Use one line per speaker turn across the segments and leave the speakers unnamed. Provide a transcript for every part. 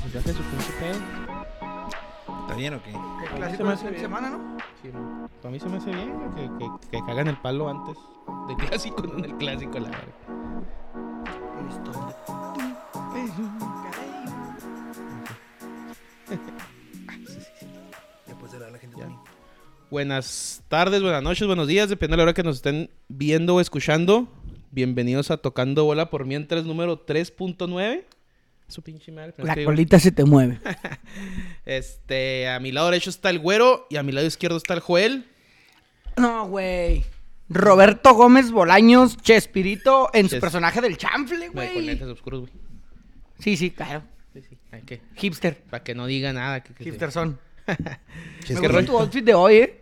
pues ya hace su pinche pedo.
¿Está bien o qué?
¿Qué
Para mí se
clásico
me
de
hace
fin de
bien.
semana, no?
Sí, no. Para mí se me hace bien güey, que, que, que cagan el palo antes de clásico, no en el clásico, la verga.
Listo.
Después de la gente
Ya.
bonita.
Buenas tardes, buenas noches, buenos días, depende de la hora que nos estén viendo o escuchando. Bienvenidos a Tocando Bola por Mientras número 3.9. Su pinche madre. pero
La
te digo.
colita se te mueve.
Este, a mi lado derecho está el güero y a mi lado izquierdo está el Joel.
No, güey. Roberto Gómez Bolaños, Chespirito, en
Ches-
su personaje del chanfle,
No, Con lentes
güey.
oscuros, güey.
Sí, sí, claro.
Sí, sí. Hay que,
Hipster.
para que no diga nada. Que, que se-
Hipsterson.
¿Qué
Me
que
gusta
rollo.
tu outfit de hoy, eh.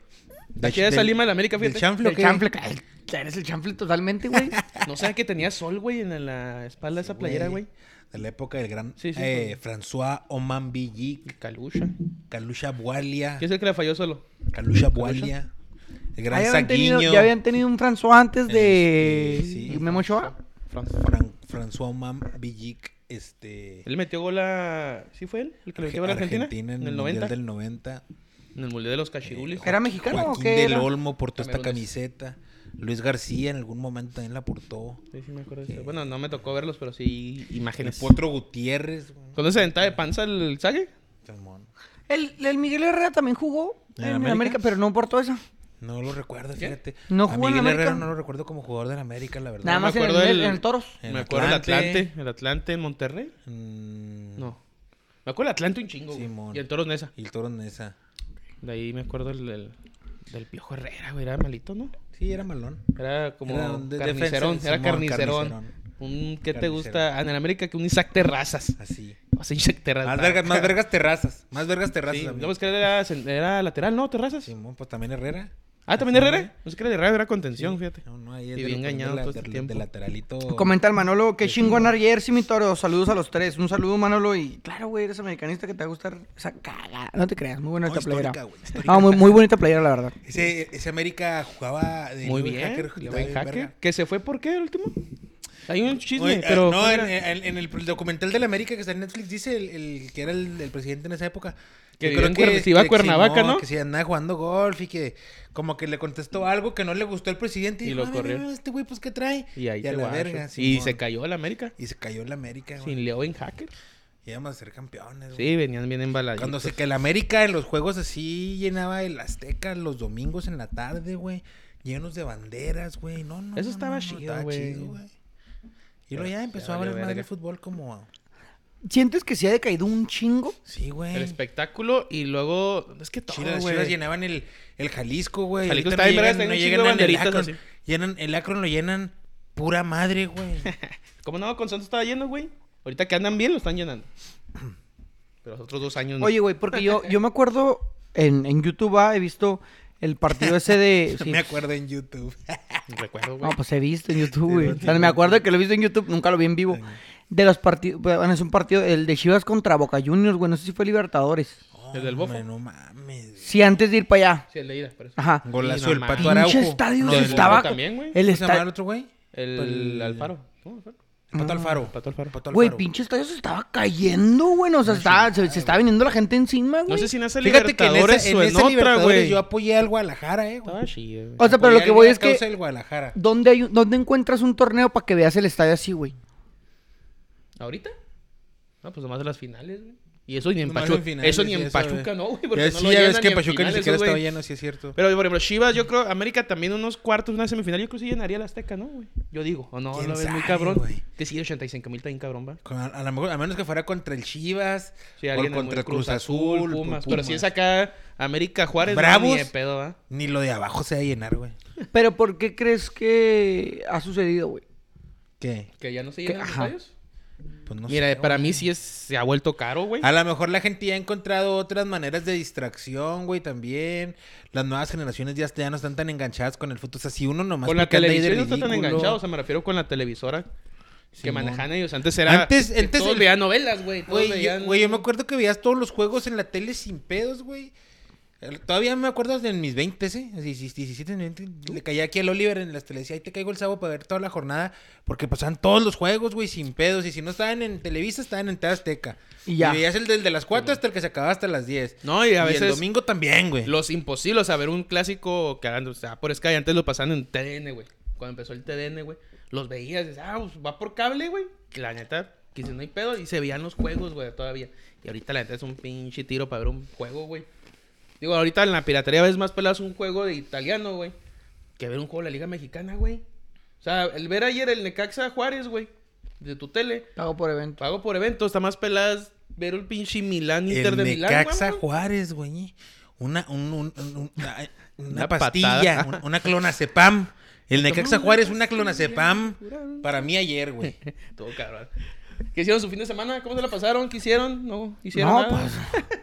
Aquí ya salimos de la América,
¿Del
fíjate.
chanfle o
El
qué?
chanfle, claro, eres el chanfle totalmente, güey.
No sabía que tenía sol, güey, en la espalda de esa playera, güey.
De la época del gran
Sí, sí,
eh, François Oman Billy,
Calucha.
Calusha Boalia,
¿Quién es el que le falló solo?
Calusha Boalia, el gran
Ah, ya, habían tenido,
Saguiño,
ya habían tenido un François antes de
Este, sí.
¿Y Memo Ochoa.
Fran-
Fran- François Oman Villic, este...
Él metió gol a... ¿Sí fue él? ¿El que le metió gol a Argentina?
en
en el
Mundial
90.
del Eh, 90.
En el Mundial de los Cachigules.
¿Era mexicano o
Joaquín
qué
del
era?
Olmo portó esta
Camerún es.
camiseta. Luis García en algún momento también la portó.
Sí, sí me acuerdo de eso. Bueno, no me tocó verlos, pero sí
El
imágenes.
Potro Gutiérrez. güey.
¿Cuándo se aventaba de panza el Sague?
Salmón.
El, el Miguel Herrera también jugó
¿En
en,
América?
América? pero no por todo eso.
No lo recuerdo, fíjate.
¿No
a
jugó en
Miguel
América?
Herrera no lo recuerdo como jugador del América, la verdad.
Nada
me
más en el,
acuerdo del-
en el Toros.
En
me acuerdo del
Atlante.
Atlante. El Atlante en Monterrey.
Mm,
No. Me acuerdo del Atlante un chingo. güey.
Simón.
Y el Toros Nesa.
Y el Toro Nesa.
De ahí me acuerdo el, del- del Piojo Herrera, güey. Era malito, ¿no?
Sí, era malón.
Era como
Era un de-
carnicerón.
defensa,
era
Simón,
carnicerón.
carnicerón.
Un, ¿Qué te
Carnicero.
gusta? Ah, en el América que un Isaac Terrazas.
Así.
O sea, Isaac Terrazas.
Más vergas, más vergas terrazas. Más vergas Ah, terrazas.
Sí,
amigo.
no, pues que era, era lateral, ¿no? Terrazas.
Simón, pues también Herrera. ¿eh?
Ah, también Herrera. No sé qué era de Herrera, era contención, fíjate.
No, no, ahí
Y
es de
bien
lo- de
engañado
la-
todo este
de-
tiempo.
De lateralito.
Comenta el Manolo, qué
Sí,
chingón
no.
ayer, sí, mi toro. Saludos a los tres. Un saludo, Manolo. Y claro, güey, eres americanista que te va a gustar esa cagada. No te creas, muy buena
No,
esta playera.
histórica, güey, histórica.
Ah, muy, muy bonita playera, la verdad.
Ese, ese América jugaba de
Muy
Lewin
bien.
Hacker,
Lewin
jugaba de
Hacker.
verga.
¿Que se fue por qué el último? Hay un chisme,
Oye, eh,
pero.
no,
¿cuál
en,
era?
en- en el pro- documental del América que está en Netflix dice el, el que era el, el presidente en esa época.
Que
Yo
vivía en Cuer- se iba a
que
Cuernavaca,
sí,
¿no?
Que si andaba jugando golf y que como que le contestó algo que no le gustó al presidente.
Y
dijo,
lo
"A ver,
corrió.
no, este güey, pues, ¿qué trae?
Y ahí
a
se
la
guacho.
verga.
Y
Simón.
se cayó el América.
Y se cayó el América, güey.
Sin Leo en hacker.
Y íbamos a ser campeones, güey.
Sí, venían bien embaladitos.
Cuando se que el América en los juegos así llenaba el Azteca los domingos en la tarde, güey. Llenos de banderas, güey. No, no.
Eso
no,
estaba
no, no,
chido, güey.
Y luego
Ya-
ya
ya
empezó a
valió
hablar más
verga.
de fútbol como... a-
¿Sientes que se ha decaído un chingo?
Sí, güey.
El espectáculo y luego. Es que todo.
Chile, las
güey.
chivas llenaban el, el Jalisco, güey.
Jalisco
Ahorita
está bien, vergas,
llegan-
tenía un
llegan
chingo de
al del
banderitas
Akron. Llenan, el Akron lo llenan pura madre, güey.
¿Cómo no? Con Santos estaba lleno, güey. Ahorita que andan bien, lo están llenando. Pero los otros dos años
Mm.
no.
Oye, güey, porque yo, yo me acuerdo en, en YouTube, ah, he visto el partido ese de. sí.
Me acuerdo en YouTube.
No Recuerdo,
No,
güey.
pues he visto en YouTube, güey. O sea, me acuerdo de que lo he visto en YouTube, nunca lo vi en vivo. De los partidos, bueno, es un partido, el de Chivas contra Boca Juniors, güey, no sé si fue Libertadores.
Desde el bofo.
Hombre, No mames. güey.
Sí, antes de ir para allá.
Sí, el de ida, por eso.
Ajá.
Golazo
no
del
mames.
Pato
Pinche
Araujo.
estadio
No, del-
estaba-
Bofo también, güey.
El
¿Cómo se llamaba el
estadio.
otro güey?
El,
Pal-
Alfaro. ¿Cómo, Alfaro?
El Pato Alfaro.
Pato Alfaro.
Pato
Güey,
Alfaro.
pinche estadio se estaba cayendo, güey. O sea, estaba- se, se estaba viniendo la gente encima, güey.
No sé si nace
Fíjate que en
Libertadores
ese, en
o en
ese
otra,
Libertadores
güey.
yo apoyé al Guadalajara, eh, güey.
Estaba chido, güey.
O sea, pero
Apoyé
lo que
al-
voy
la
es que.
causa del Guadalajara.
¿Dónde, hay, un- ¿Dónde encuentras un torneo para que veas el estadio así, güey?
¿Ahorita? No, pues nomás de las finales, güey. Y eso ni en
Nomás
Pachuca.
en finales,
eso ni
sí,
en
eso,
Pachuca,
güey.
no, güey. Porque
Ya
no
sí,
lo
ya
llenan
ves que
ni en
Pachuca ni
finales,
siquiera
güey.
estaba lleno, sí es cierto.
Pero, por ejemplo, Chivas, yo creo, América también unos cuartos, una semifinal, yo creo que sí llenaría la Azteca, ¿no, güey? Yo digo, o no,
¿Quién
lo ves muy
sabe,
cabrón.
güey?
Que sí, 85 mil también cabrón, va.
Con- A, a lo mejor, a menos que fuera contra el Chivas,
Sí,
o
alguien
contra
muy-
Cruz, Azul,
Pumas. Pero si es acá América Juárez,
Bravos.
no, ni de pedo, ¿ah? ¿va?
Ni lo de abajo se va a llenar, güey.
Pero ¿por qué crees que ha sucedido, güey?
¿Qué?
Que ya no se
Que-
llenan los
ajá.
estadios.
Pues no
Mira,
sé,
para
güey.
mí sí es, se ha vuelto caro, güey.
A lo mejor la gente ya ha encontrado otras maneras de distracción, güey, también. Las nuevas generaciones ya, ya no están tan enganchadas con el fútbol. O sea, si uno nomás...
Con la
pica, anda ahí de
televisión no está tan
ridículo.
enganchado, o sea, me refiero con la televisora que
Simón.
manejan ellos. Antes era.
Antes-
que
antes
todos
el-
veían novelas, güey. todos
Güey, yo,
veían-
güey, yo me acuerdo que veías todos los juegos en la tele sin pedos, güey. El- Todavía me acuerdo de mis 20, ¿sí? 17, 20. Le caía aquí al Oliver en las tele. Decía, ahí te caigo el sábado para ver toda la jornada. Porque pasaban todos los juegos, güey, sin pedos. Y si no estaban en Televisa, estaban en TV Azteca.
Y
Y
ya.
veías el del de las 4 hasta el que se acababa hasta las 10.
No, y a
el
veces-
domingo también, güey.
Los imposibles, a ver, un clásico que hagan, o sea, por Sky, antes lo pasaban en TDN, güey. Cuando empezó el TDN, güey. Los veías, dices, ah, pues, va por cable, güey. Que la neta, que si no hay pedo, y se veían los juegos, güey, todavía. Y ahorita la neta es un pinche tiro para ver un juego, güey. Digo, ahorita en la piratería ves más pelados un juego de italiano, güey. Que ver un juego de la Liga Mexicana, güey. O sea, el ver ayer el Necaxa Juárez, güey. De tu tele.
Pago por evento.
Pago por evento, está más peladas ver el pinche Milán Inter
el
de Milán.
Necaxa
güey.
Juárez, güey. Una, un- un- un- un- una, una
Una
pastilla,
patada.
un- una clonazepam. El Necaxa
una
Juárez, una
pastilla,
clonazepam.
curaron.
Para mí ayer, güey.
Todo cabrón. ¿Qué hicieron su fin de semana? ¿Cómo se la pasaron? ¿Qué hicieron? No, hicieron
No,
nada.
pues.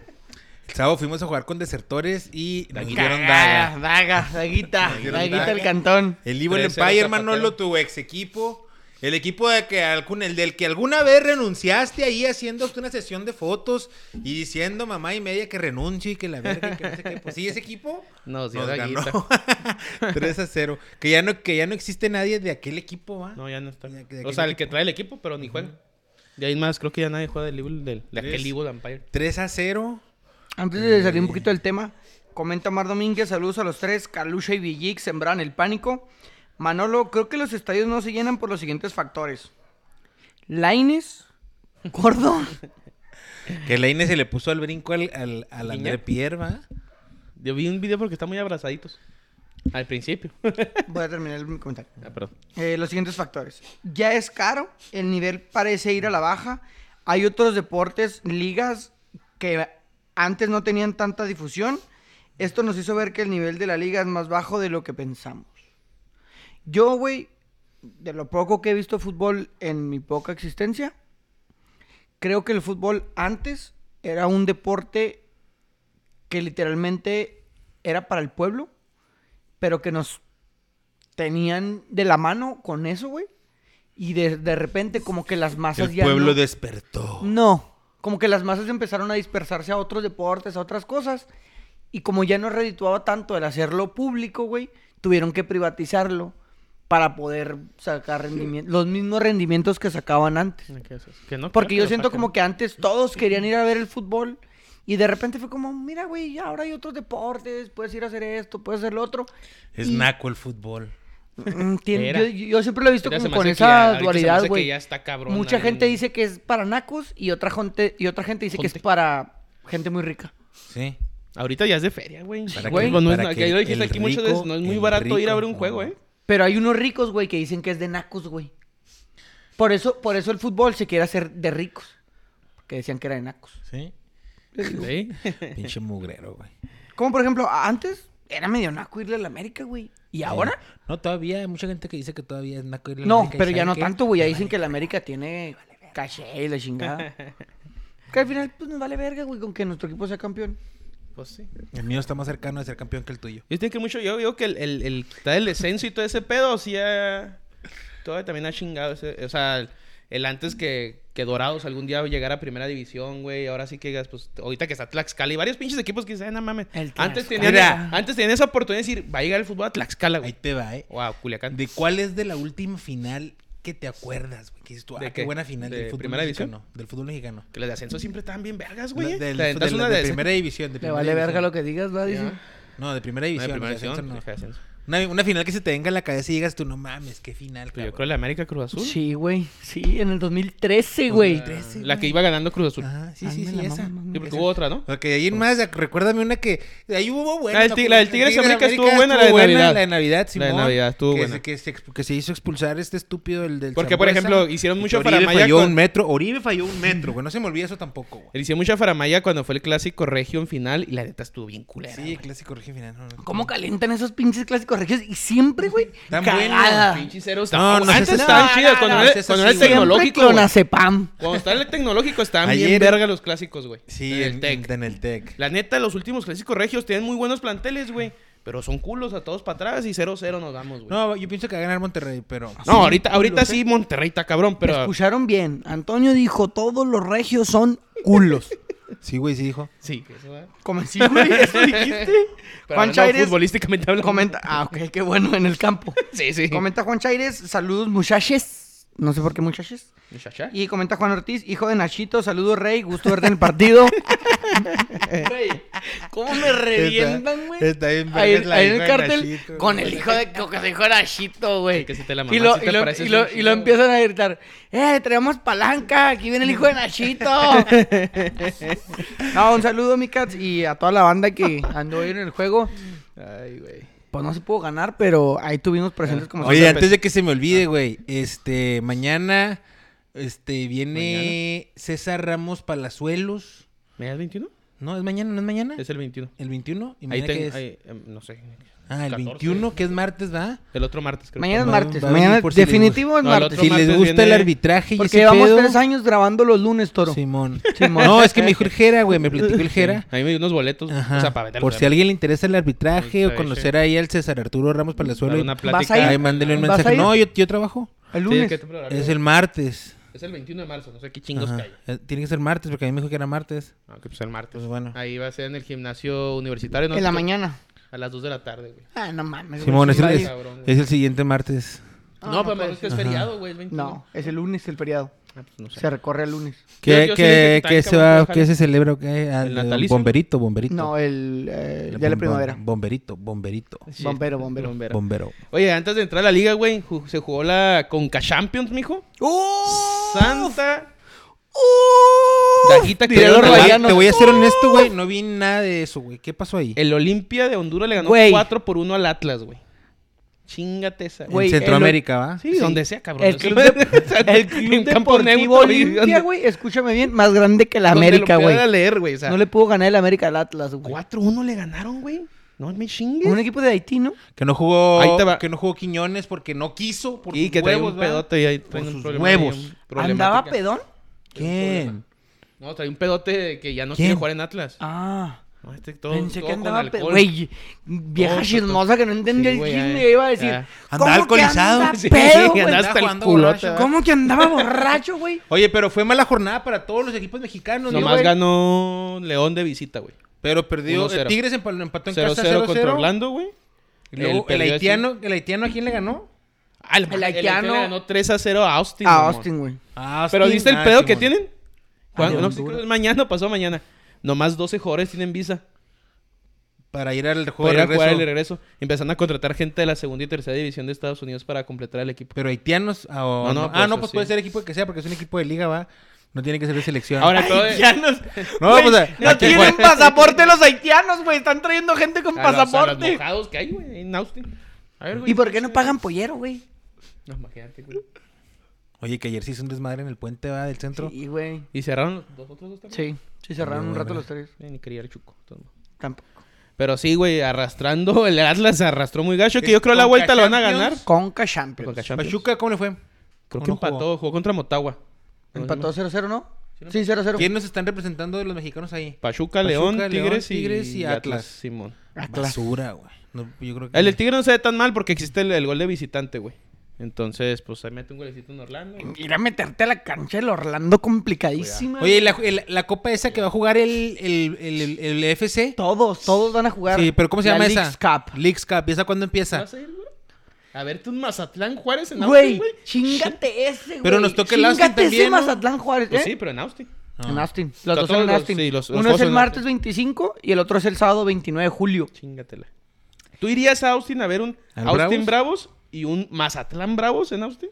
El sábado fuimos a jugar con desertores y nos dieron daga.
Daga, daga, daguita,
dieron
daguita
daga.
el cantón.
El Evil
3-0
Empire, Manolo,
Zapatero.
tu ex equipo. El equipo de que algún, el del que alguna vez renunciaste ahí haciendo una sesión de fotos y diciendo mamá y media que renuncie y que la verga y que no sé qué. Pues sí, ese equipo
No, sí,
nos
era
ganó.
Guita.
3 a 0. Que ya no, que ya no existe nadie de aquel equipo, ¿va?
No, ya no está.
De- de
O sea,
aquel
el que trae el equipo, pero ni juega. De ahí en más, creo que ya nadie juega del libro del, de aquel
Tres.
libro de Empire.
3 a 0.
Antes de salir un poquito del tema, comenta Mar Domínguez, saludos a los tres, Calucha y Villic sembraron el pánico. Manolo, creo que los estadios no se llenan por los siguientes factores. Laines, Gordo,
Que la Ine se le puso al brinco al, al, al André
Guiñac.
Pierre, ¿va?
Yo vi un video porque están muy abrazaditos. Al principio.
voy a terminar el comentario.
ah, perdón.
Eh, los siguientes factores. Ya es caro, el nivel parece ir a la baja. Hay otros deportes, ligas que antes no tenían tanta difusión. Esto nos hizo ver que el nivel de la liga es más bajo de lo que pensamos. Yo, güey, de lo poco que he visto fútbol en mi poca existencia, creo que el fútbol antes era un deporte que literalmente era para el pueblo, pero que nos tenían de la mano con eso, güey. Y de, de repente como que las masas
El
ya
pueblo
no-
despertó.
no, como que las masas empezaron a dispersarse a otros deportes, a otras cosas. Y como ya no redituaba tanto el hacerlo público, güey, tuvieron que privatizarlo para poder sacar rendimiento, los mismos rendimientos que sacaban antes.
¿Qué haces? Que no,
Porque
creo
yo
que lo
siento
saquen.
como que antes todos querían ir a ver el fútbol y de repente fue como, mira, güey, ya ahora hay otros deportes, puedes ir a hacer esto, puedes hacer lo otro.
Es naco el fútbol.
Mm, tiene-
Era.
yo, yo siempre lo he visto
Ahorita se
como
me
con
hace que ya-
esa
ahorita se me hace
dualidad,
que
güey.
ya está cabrón
Mucha
ahí.
gente dice que es para nacos y otra gente, y otra gente dice que
Jonte.
es para gente muy rica.
Sí.
Ahorita ya es de feria, güey.
Para
Güey,
que-
no es
para
nada-
que
ya lo dijiste
el
aquí muchas
rico-
veces. No es muy
el
barato ir a
rico-
ver un juego, ¿eh?
Pero hay unos ricos, güey, que dicen que es de nacos, güey. Por eso, por eso el fútbol se quiere hacer de ricos. Que decían que era de nacos.
Sí.
Sí.
Pinche mugrero, güey.
Como por ejemplo, a- antes era medio naco irle a la América, güey. ¿Y ahora?
Sí. No, todavía hay mucha gente que dice que todavía es naco ir a la
No,
América, ¿y
pero ya
saben
no
qué?
tanto, güey. Ya dicen que la América tiene caché y la chingada. que al final, pues nos vale verga, güey, con que nuestro equipo sea campeón.
Pues sí.
El mío está más cercano de ser campeón que el tuyo.
Yo tengo que mucho, yo digo que el, el, el está el descenso y todo ese pedo, o sea, todavía también ha chingado ese, o sea, el, el antes que, que Dorados algún día llegara a primera división, güey, ahora sí que digas, pues, ahorita que está Tlaxcala y varios pinches equipos que dicen, "Ah, no mames,
El
antes
Tlaxcala.
tenían,
Mira.
antes tenían esa oportunidad de decir, va a llegar el fútbol a
Ah,
Tlaxcala,
Ahí
güey,
te va, ¿eh?
o a Culiacán.
¿De cuál es de la última final que te acuerdas, güey? Que dices tú, ah,
¿De
qué?
qué?
buena final
¿De
del fútbol
primera división?
mexicano. Del fútbol mexicano.
Que las de ascenso siempre estaban bien vergas, güey.
La-
eh.
del-
Te aventas
de la-
una
de
de
primera división. De
Le
primera
vale verga
división.
lo que digas, va, dice.
No, de primera división.
primera
de ascenso
división,
no.
de ascenso.
Una, una final que se te venga en la cabeza y digas tú, no mames, qué final,
Pues yo
cabrón.
creo la América Cruz Azul.
Sí, güey. Sí, en el 2013, güey.
Ah, Ese,
La que
güey. Ah,
iba ganando Cruz Azul.
Ajá, sí, sí,
Hazme
sí,
la
esa.
mamá, mamá.
Sí, porque hubo otra, ¿no?
Ok, ahí en más, recuérdame una que. Ahí hubo buena.
La del Tig- la del Tigres América estuvo buena, la de Navidad.
La de Navidad,
La
Simón.
de Navidad estuvo
que
buena.
Se, que, se, exp- que se hizo expulsar este estúpido, el del.
Porque, por
Zambuesa,
ejemplo, hicieron
y que
mucho
Oribe
faramaya
falló
con-
un metro. Oribe falló un metro, güey. No se me olvida eso tampoco, güey.
Le hice mucha faramaya cuando fue el clásico regio en final y la neta estuvo bien culera.
Sí,
güey.
clásico régimen. no, no.
¿Cómo calientan esos pinches clásicos regios? Y siempre, güey,
Tan
cagada.
buenos,
Pinche cero
No,
está-
no seas
antes
así.
estaban
Ah. No,
chidas.
no,
cuando
no,
era-
seas
cuando era
así,
el
Siempre
güey.
tecnológico. güey.
clonazepam.
Cuando estaba el tecnológico estaban
Ayer-
bien verga los clásicos, güey.
Sí,
En
en
el tec.
En el Tec.
La neta, los últimos clásicos regios tienen muy buenos planteles, güey. Pero son culos a todos para atrás y 0-0 nos vamos, güey. No,
No, yo pienso que va a ganar Monterrey, pero.
ahorita, ahorita sí Monterrey está cabrón, pero.
Escucharon bien. Antonio dijo, todos los regios son culos.
Sí, güey, sí dijo.
Sí, que eso, ¿verdad?
Como sí, güey, eso dijiste.
Pero
Juan
hablando
Chaires
futbolísticamente hablando.
comenta. Ah, ok, qué bueno, en el campo.
Sí, sí.
Comenta Juan Chaires, saludos muchaches. No sé por qué muchaches.
Muchacha.
Y comenta Juan Ortiz, hijo de Nachito, saludos Rey, gusto verte en el partido.
¿Cómo me
revientan, güey? Está bien,
Ahí,
vergas la
ahí en
hija
el
de
cartel
Nachito,
con
güey.
el hijo de con el hijo de Nachito, güey.
Que si te la
y
mamás,
lo,
si te
y, lo,
pareces
y lo-
un
y lo
chingo, güey.
empiezan a gritar, ¡eh, traemos palanca! ¡Aquí viene el hijo de Nachito! no, un saludo, mi cats, y a toda la banda que andó hoy en el juego.
Ay, güey.
Pues no se pudo ganar, pero ahí tuvimos presentes como
Oye,
siempre.
antes de que se me olvide, güey, este, mañana, este, viene César Ramos Palazuelos.
¿Me das 21?
No, es mañana, no es mañana.
Es el 21.
El 21. ¿Y
Ahí
mañana
tengo.
qué es?
ahí, em, no sé.
ah, el
14.
21, que es martes, ¿va?
El otro martes, creo.
Mañana es
Va-
martes,
va a venir
mañana
por si les gusta.
definitivo es
No, el
martes.
otro
Si les
martes
gusta el
viene-
arbitraje y
Porque
ese
llevamos
pedo,
tres años grabando los lunes, Toro.
Simón.
Simón.
No, es que me dijo el Jera, güey, me platicó el Jera.
Ahí me dio unos boletos.
Ajá,
O sea, para vender.
por si a alguien le interesa el arbitraje
Sí,
o
sí,
conocer ahí al César Arturo Ramos Palazuelo,
Una
y-
plática.
a ir?
ahí mándele un
¿Vas a
mensaje.
ir?
No, yo, yo trabajo.
El
Sí,
lunes.
¿qué te programa?
Es el martes.
Es el 21 de marzo. No sé qué chingos
Ajá.
cae.
Eh, Tiene que ser martes porque a mí me dijo que era martes.
Ah, que pues el martes.
Pues bueno.
Ahí va a ser en el gimnasio universitario. ¿no?
en la mañana.
A las 2 de la tarde, güey.
Ah, no mames. güey,
Simón,
sí,
es el,
va a
es-
ir.
cabrón, güey.
es el siguiente martes.
Ah,
No,
no
pero
puede
es que es
ser.
feriado, güey. Es 21.
No, es el lunes el feriado.
Ah, pues no sé.
Se recorre el lunes.
¿Qué,
yo sí dije que
qué, qué
también
se
que vamos a
va,
dejar
qué
el-
se celebra? o ¿Qué? Ah,
el
eh,
natalicio.
Bomberito, bomberito.
No, el, eh, el
El
día de la
bom-
primavera.
Bomberito, bomberito.
Sí.
Bombero, bombero.
Bombero.
Bombero.
Oye, antes de entrar a la liga, güey, ju- se jugó la Conca Champions, mijo.
¡Uh!
Santa. Dajita que
Diría
dio
los
la-
rayanos.
Te voy a ser honesto, güey. No vi nada de eso, güey. ¿Qué pasó ahí?
El Olimpia de Honduras le ganó
Güey.
4 por 1 al Atlas, güey. Chingate esa.
Güey,
en
el-
Centroamérica, ¿va?
Sí, donde sea, cabrón.
El club, de, el club deportivo Olimpia, güey, escúchame bien, más grande que la América, güey.
leer, güey. O sea,
No le pudo ganar el América al Atlas, güey.
4-1 le ganaron, güey. No me chingues.
Un equipo de Haití, ¿no?
Que no jugó,
Ahí te va.
que no jugó Quiñones porque no quiso, por
Y
sus
que trae
huevos,
un
¿va?
pedote y ahí trae
Por
un
sus
problema.
huevos.
ahí, un problemática.
¿Andaba pedón?
¿Quién?
No, trae un pedote de que ya no
¿Quién?
quiere jugar en Atlas.
Ah,
No, este todo,
pensé
todo
que
con
andaba
alcohol.
pedón. Güey, vieja
Todo, todo,
chismosa que no entendía
Sí,
el
güey,
chisme,
ya,
iba a decir.
ya.
¿cómo
Andaba
que
alcoholizado.
anda
Sí,
pedo,
andaba
güey?
andaba
hasta el
jugando
culote.
borracho.
¿verdad?
¿Cómo que andaba borracho, güey?
Oye, pero fue mala jornada para todos los equipos mexicanos, ¿no,
Nomás
güey?
ganó León de visita, güey.
Pero perdió.
1-0.
El Tigres empa- empató en casa
0-0 contra
0-0.
Orlando, güey.
Y luego El,
perdió así.
haitiano, ¿el haitiano a quién le ganó?
Ah, el,
el
el haitiano.
haitiano
le ganó 3 a 0 a Austin.
A
mamón.
Austin, güey.
Pero ¿viste el
Ah,
pedo
Simón.
que tienen? Juan-
Ah, de
no, sí, creo que es mañana, pasó mañana. Nomás 12 jugadores tienen visa.
Para ir al juego
Para ir
de
a jugar el
regreso.
regreso. Empezaron a contratar gente de la segunda y tercera división de Estados Unidos para completar el equipo.
Pero haitianos. ah, o-
No, no,
ah,
pues,
no, pues
sí.
puede ser equipo que sea, porque es un equipo de liga, va. No tiene que ser de selección.
Ahora todo de-
Haitianos.
No,
Güey,
pues, a-
no
a que
tienen
juegue.
pasaporte los haitianos, güey. Están trayendo gente con
A los- A los
pasaporte.
mojados que hay, güey, en Austin. A ver, güey.
¿Y por qué no pagan pollero, güey?
No, imagínate, güey.
Oye, que ayer se hizo un desmadre en el puente, va, del centro.
Sí, güey.
Y cerraron los otros dos
Sí.
también.
Sí, cerraron
Muy
un rato
buena.
los tres.
Ni quería el chuco. todo.
Tampoco.
Pero sí, güey, arrastrando. El Atlas se arrastró muy gacho. Que yo creo la vuelta la van a ganar.
Conca Champions.
Conca Champions.
Pachuca, ¿cómo le fue?
Creo
¿O
que
no jugó?
empató. Jugó? contra Motagua.
Empató 0-0, ¿no? Sí, 0-0.
¿Quién nos están representando de los mexicanos ahí?
Pachuca, León,
León,
Tigres,
Tigres
y,
y
Atlas.
Atlas.
Simón.
Atlas.
Basura, güey. No, yo creo que...
El, del Tigre no se ve tan mal porque existe el, el gol de visitante, güey. Entonces, pues ahí mete un golecito en Orlando. güey.
Ir a meterte a la cancha del Orlando complicadísima.
Oye, ¿y la, el- la copa esa que va a jugar el, el, el, el- el FC.
Todos, todos van a jugar.
Sí, pero ¿cómo se
la
llama
Leagues
esa?
Cup.
Leagues Cup. ¿Y esa cuándo empieza?
¿Vas a ir, güey? A verte un Mazatlán Juárez en Austin,
Güey,
güey.
chingate ese, güey.
Pero nos toca el Austin
Chíngate ese
también, ¿no?
Mazatlán Juárez,
Pues
¿eh?
sí, pero en Austin.
No.
En Austin.
Está
Los dos
todos
son en
los-
Austin.
sí, los- los
Uno es
juegos
el
son en
martes
Austin.
25 y el otro es el sábado 29 de julio.
Chingatela. ¿Tú irías a Austin a ver un
¿Al
Austin Bravos? y un Mazatlán Bravos en Austin?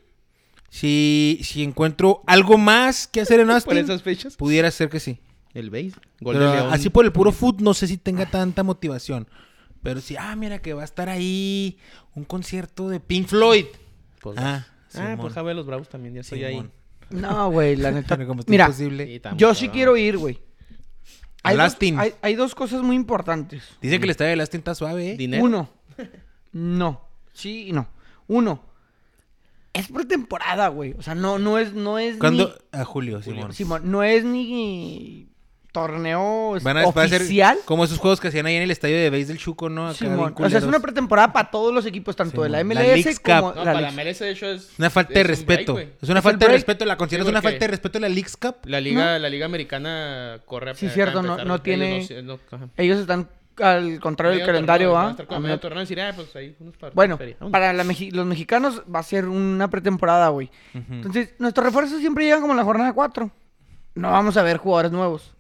Si, si encuentro algo más que hacer en
Por
Austin,
esas fechas.
pudiera ser que sí.
El base. Gol
Pero
de León.
así por el puro food, no sé si tenga tanta motivación. Pero sí, ah, mira que va a estar ahí un concierto de Pink Floyd.
Pues,
Ah,
ah,
Simón.
pues a ver los Bravos también. Ya estoy ahí.
Simón.
No, güey, la neta.
Pero como está
Mira,
imposible.
Sí, está muy
yo sí
cabrón.
quiero ir, güey. Hay
Al
dos-
Austin.
Hay, hay dos cosas muy importantes.
Dicen que el estadio de Austin está suave, ¿eh?
Dinero.
Uno. No. Sí y no. Uno. Es pretemporada, güey. O sea, no, no es, no es
¿Cuándo?
ni-
A julio, Simón.
Simón, no es ni torneo
Van a después hacer
oficial.
como esos juegos que hacían ahí en el estadio de béis del Chuco, ¿no? Acá
Simón.
bien
O sea, es una
culeros.
pretemporada para todos los equipos, tanto de la
Simón. La
MLS
Leagues
como
Cup.
No,
la
para la
Leagues.
MLS de hecho es...
Una falta de
es un
respeto.
break, güey.
es una
Es
falta
el
de
break.
respeto. ¿La consideras
Sí,
una
porque-
falta de respeto la Leagues Cup?
La liga, la liga americana corre
Sí,
acá
cierto,
para
no-
empezar,
no
ellos
tiene-
sí, no, ajá.
Ellos están al contrario del
Medio
calendario,
torneo, van a
¿va?
estar
A
como
medio-
medio torneo y decir, ah, pues ahí unos partidos,
Bueno,
feria, vámonos.
para la Meji- los mexicanos va a ser una pretemporada, güey. Entonces, nuestros refuerzos siempre llegan como en la jornada 4. No vamos a ver jugadores nuevos.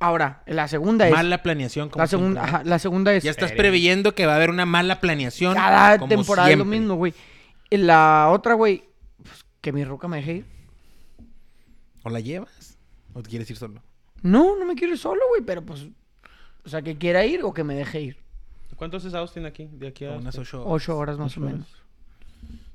Ahora, la segunda es.
Mala planeación. Como
la, segunda,
siempre, ¿no?
ajá, la segunda es.
Ya estás previendo que va a haber una mala planeación.
Cada
como
temporada es lo
siempre.
mismo, güey. Y La otra, güey, pues, que mi roca me deje ir.
¿O la llevas? ¿O te quieres ir solo?
No, no me quiero ir solo, güey, pero pues. O sea, que quiera ir o que me deje ir.
¿Cuántos cesados tiene aquí? De aquí a...
O unas ocho horas.
Ocho horas más o menos.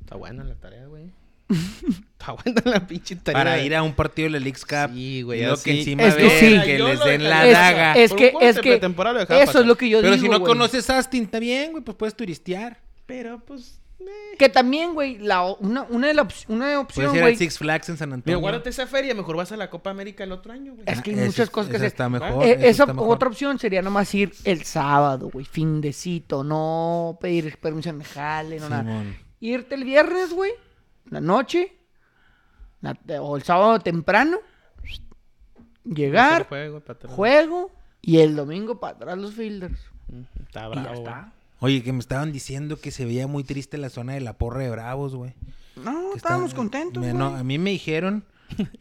Está buena la tarea, güey. Está buena la pinche tarea.
Para ir a un partido de la Leagues Cup.
Sí, güey,
y
ya
luego que
sí.
encima
Es que
ver
sí.
que
Yo
les
lo
den la
dejaría.
daga.
Es, es
Por un
que,
juego
es
de
que.
pretemporada lo dejaba
Eso
pasar.
es lo que yo
Pero
digo.
si no
güey.
conoces Astin, está bien, güey, pues puedes turistear.
Pero, pues... eh.
Que también, güey, la, o- una, una, de la op- una opción,
Puedes ir
güey. eh,
al Six Flags en San
Mira,
Antonio.
guárdate esa feria. Mejor vas a la Copa América el otro año, güey.
Es que hay
Ese-
muchas cosas que
esa
se...
está
Eh,
mejor, esa
esa
está mejor.
otra opción sería nomás ir el sábado, güey, fin de cito, no pedir permiso en el jale, no nada.
Simón.
Irte el viernes, güey, la noche, la- o el sábado temprano,
Hacer
llegar,
Juego, para atrás.
juego, y el domingo para atrás los fielders.
Mm, Está
Y ya
Ah,
bravo, güey.
está.
Oye, que me estaban diciendo que se veía muy triste la zona de la porra de Bravos, güey.
No,
Que
estábamos
está-
contentos,
me-
güey.
No, a mí me dijeron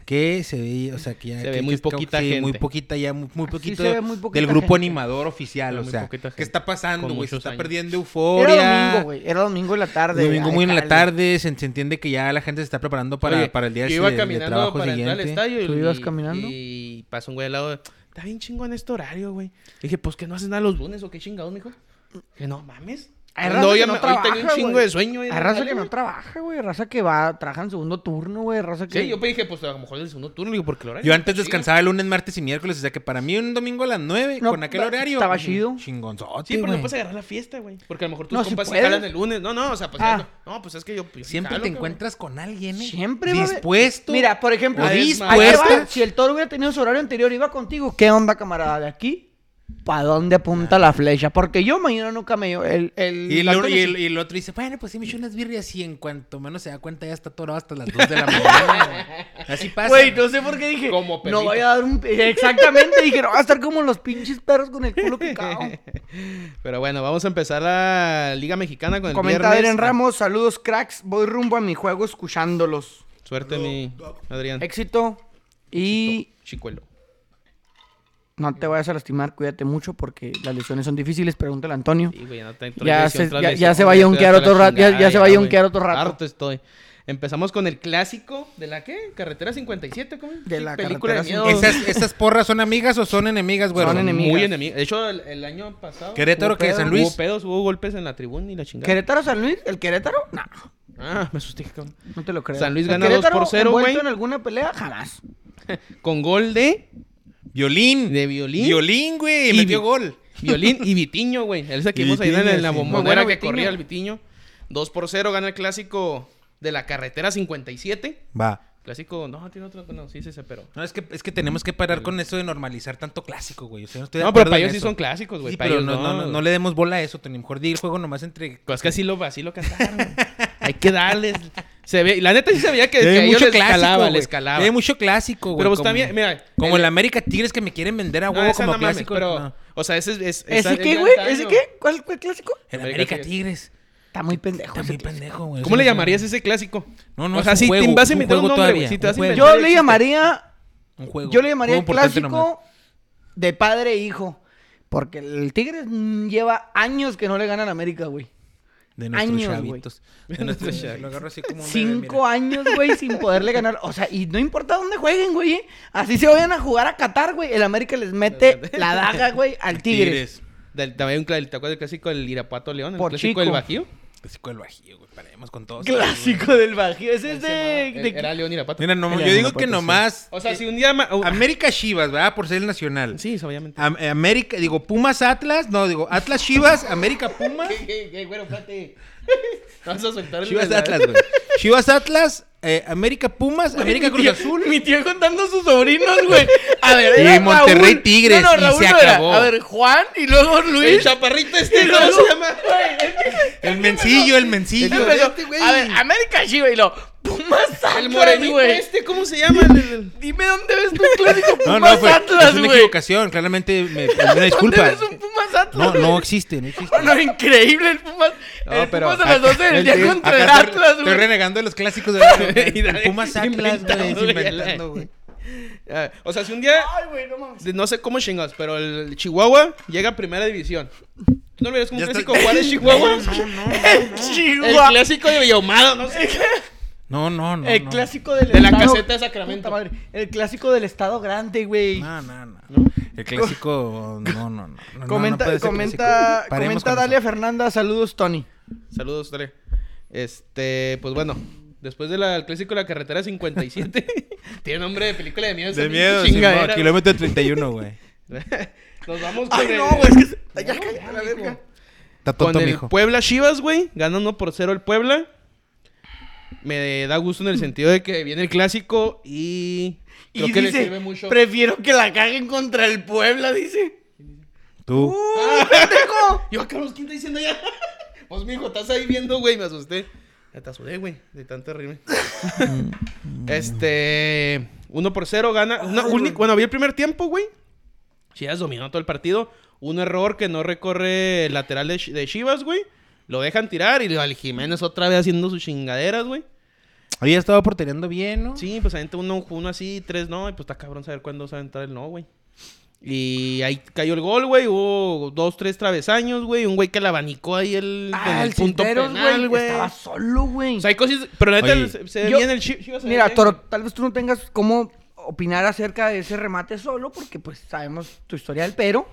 que se veía, o sea, que ya...
Se
que-
ve
que
muy
es como-
poquita
sí, muy
gente.
poquita ya, muy, muy poquito
Ah, se ve muy poquita
del grupo
gente.
animador oficial,
Se ve
o
muy
sea,
poquita
¿qué
gente.
está pasando,
Con
güey? Se
muchos
está
años.
perdiendo
Era
euforia.
domingo, güey, era domingo en la tarde.
Domingo
ay,
muy en la
jale.
tarde, se, se entiende que ya la gente se está preparando para,
Oye,
para el día
yo
ese
iba
de, de
caminando
trabajo
para entrar
siguiente.
al estadio. y-
¿Tú ibas
y-
caminando?
Y pasó un güey al lado. de, Está bien chingón este horario, güey. Le dije, pues que no haces nada los lunes o qué chingados, mijo. Le dije, no mames.
Hay
no,
raza que
ya
no
me- ahorita hay
trabaja,
un chingo
güey.
de sueño. ya
Hay raza
dale,
que no
güey.
trabaja, güey. Raza que va, trabaja en segundo turno, güey. Raza que.
Sí, yo pues, dije, pues a lo mejor el segundo turno, digo, porque el horario.
Yo antes
está chido.
descansaba el lunes, martes y miércoles, o sea que para mí un domingo a las 9
No,
con aquel
ta-
horario.
estaba
mm,
chido.
Chingonzote,
Sí, pero no
güey.
puedes agarrar la fiesta, güey. Porque a lo mejor tus
No, sí
compas se
puedes.
jalan el lunes. No, no, o sea, pues.
Ah.
No, no, pues es que yo. yo
Siempre
jalo,
te
cabrón.
encuentras con alguien, ¿eh?
Siempre, va a haber-
Dispuesto.
Mira, por ejemplo,
o
ahí
dispuesta.
te va, si el toro hubiera tenido su horario anterior, iba contigo. ¿Qué onda, camarada? De aquí, ¿para dónde apunta la flecha? Porque yo mañana nunca me. El, el,
Y el,
Antonio
y
sí.
el- y el otro dice, bueno, pues sí me echó unas birrias y en cuanto menos se da cuenta ya está todo hasta las 2 de la mañana. güey. Así pasa.
Güey, no sé por qué dije.
Como
no
perrito.
voy a dar un. Exactamente, dije, no va a estar como los pinches perros con el culo picado.
Pero bueno, vamos a empezar la Liga Mexicana con el
Comenta
viernes.
Adrián Ramos, saludos cracks, voy rumbo a mi juego escuchándolos.
Suerte, mi Adrián.
Éxito y
Chicuelo.
no te vayas a lastimar, cuídate mucho porque las lesiones son difíciles, pregúntale a Antonio.
Sí, güey, ya, no te-
Ya
lesión
se-
tras
ya- ya
lesión,
se va a
güey,
yonkear
estoy hasta
otro
la
rato, ya-
chingada
ya se va a
güey.
yonkear otro rato.
Harto estoy. Empezamos con el clásico de la qué? Carretera 57, ¿cómo?
De la
película de
carretera
miedo.
¿Esas, esas porras son amigas o son enemigas, güey?
Son enemigas.
Muy enemigo. De hecho, el, el año pasado
Querétaro
Hubo
que
pedo.
San
hubo
Luis.
pedos, hubo golpes en la tribuna y la chingada.
¿Querétaro San Luis? ¿El Querétaro? No,
Ah, me asusté, cabrón.
no te lo creo.
San Luis
¿El
gana dos
Querétaro
por cero,
envuelto
güey.
en alguna pelea? Jamás.
Con gol de
Violín.
de violín.
Violín, güey.
Y
Metió
vi-
gol.
Violín y Vitiño, güey. Ese que
Y
vimos ahí en,
Vitiño,
la
sí.
bombonera
Muy bueno,
que
Vitiño.
corría el Vitiño. 2 por 0 gana el clásico de la carretera 57.
Va.
Clásico, no, tiene otro, no, sí, sí, sí, pero...
No, es que, es que tenemos que parar con eso de normalizar tanto clásico, güey. O sea, no, estoy de
No, pero
acuerdo
para
en
ellos sí
eso.
son clásicos, güey.
Sí,
para
pero
ellos
no, no, no, no le demos bola a eso, Tony. Mejor di el juego nomás entre...
Pues que así lo, así lo cantaron. güey. Hay que darles. Se ve, la neta sí se veía que, que a ellos les calaba,
güey.
les calaba.
Hay mucho clásico, güey.
Pero pues
como-
también, mira,
Como
el-
el América Tigres que me quieren vender a
No,
huevo
esa
como
no mames,
clásico.
pero,
no.
o sea, ese es... es- esa-
¿Ese
es
qué,
de
güey?
antaño.
¿Ese qué? ¿Cuál fue el clásico?
El
América
América Tigres.
Está muy pendejo.
Está
ese
muy
clásico.
pendejo, güey.
¿Cómo le
Eso no-
llamarías ese clásico?
No, no,
o
es
sea,
un
si
juego,
te vas
es
a
un
inventar un
juego
nombre, güey.
todavía,
Si te
un
vas a
juego.
inventar
Yo
el
le
chiste.
llamaría.
Un juego.
Yo le llamaría
Juego
el
importante nomás.
clásico de padre e hijo. Porque el Tigres mm, lleva años que no le ganan a América, güey.
De nuestros
años, güey.
chavitos. De nuestros chavitos. Lo agarro así como un bebé,
Cinco años, güey, sin poderle ganar. O sea, y no importa dónde jueguen, güey. ¿eh? Así se vayan a jugar a Qatar, güey. El América les mete la daga, güey, al
mira.
Tigres.
Del- también un cla- ¿Te acuerdas del clásico del Irapuato León? El
Por
clásico
chico.
del Bajío.
Clásico del Bajío, güey. Paremos con todos.
Clásico del Bajío. Ese es de.
Ese,
de-
no, Era León Irapuato.
Mira, no,
El
yo digo
León,
que
sí.
nomás...
O sea, si un día... ma- uh,
América Chivas, ¿verdad? Por ser el nacional.
Sí, obviamente.
Am- América, digo, Pumas Atlas, no, digo, Atlas Chivas, América Pumas.
¿Qué, güero, espérate? Vas a soltar el
Chivas
de la-
Atlas, güey. Chivas Atlas, eh, América Pumas, América Cruz
Mi tío-
Azul.
Mi tío contando sus sobrinos, güey. A ver,
Y
era
Monterrey
Raúl.
Tigres,
No, no,
y
Raúl
se
no era.
acabó.
A ver, Juan y luego Luis.
El
chaparrito este,
¿cómo se
llama?
El mencillo, el mencillo. eh.
Empezó,
este, güey.
a ver, América Chivas y lo Pumas Atlas,
El morenito
güey.
este, ¿cómo se llama? El- el-
Dime dónde ves tu clásico
No,
Pumas
no, fue,
Atlas,
es una
güey.
equivocación. Claramente, me, una disculpa.
¿Dónde ves un Pumas Atlas?
No, no
güey?
existe, no existe.
No, no, increíble el Pumas.
No,
el
pero
Pumas a las 12 del
el-
día
el-
contra
acá
el
estoy-
Atlas,
Estoy
güey.
renegando de los clásicos de la
Y dale,
Pumas Atlas, güey.
inventando,
es
güey.
inventando, güey.
Ah, O sea, si un día,
Ay, güey, no mames.
de- no sé cómo chingados, pero el Chihuahua llega a primera división. ¿Tú no lo ves como un
Ya
clásico
está-
Juárez Chihuahua? El
Chihuahua.
clásico de Villahumado, no sé.
No, no, no.
El
no.
clásico del
De la
estado-
caseta de
Puta
Sacramento.
madre. El clásico del estado grande, güey.
No, no, no. El clásico. No, no, no. no, no
comenta,
puede ser
comenta,
clásico. Paremos
comenta
con
Dalia
eso.
Fernanda. Saludos, Tony.
Saludos, Dale. Este, pues bueno, después del clásico de la carretera 57, tiene nombre de película de miedo. esa
De
pinche
miedo,
chingadera,
Simón, kilómetro 31, güey.
Nos vamos con
Ay,
el,
no, güey. Es que. se- Ay, Ah, ya cállate la verga.
Está
con
tonto,
el
mijo.
Puebla Chivas, güey, ganando por cero el Puebla. Me da gusto en el sentido de que viene el clásico y creo
Y
que
dice,
le sirve mucho.
prefiero que la caguen contra el Puebla, dice.
Tú.
Uh. Yo, Carlos, ¿quién está diciendo ya? Pues, mijo, estás ahí viendo, güey, me asusté. Ya te asusté, güey, de tanto rime. este. 1 por 0 gana. una única- bueno, había el primer tiempo, güey. Chivas dominó todo el partido. Un error que no recorre el lateral de, Chi- de Chivas, güey. Lo dejan tirar y al Jiménez otra vez haciendo sus chingaderas, güey.
Había estado portereando bien, ¿no?
Sí, pues aventa uno, uno así, tres no, y pues está cabrón saber cuándo se va a entrar el no, güey. Y ahí cayó el gol, güey. Hubo dos, tres travesaños, güey. Un güey que la abanicó ahí el, en
Ah,
el
el
punto
Cisneros,
penal,
güey.
güey.
Estaba solo, güey.
O sea, hay cosas. Pero la neta
Oye.
se, se ve
Yo-
bien el Chi- Chivas. se ve
Mira,
bien,
Toro,
güey.
tal vez tú no tengas cómo opinar acerca de ese remate solo, porque pues sabemos tu historial, pero.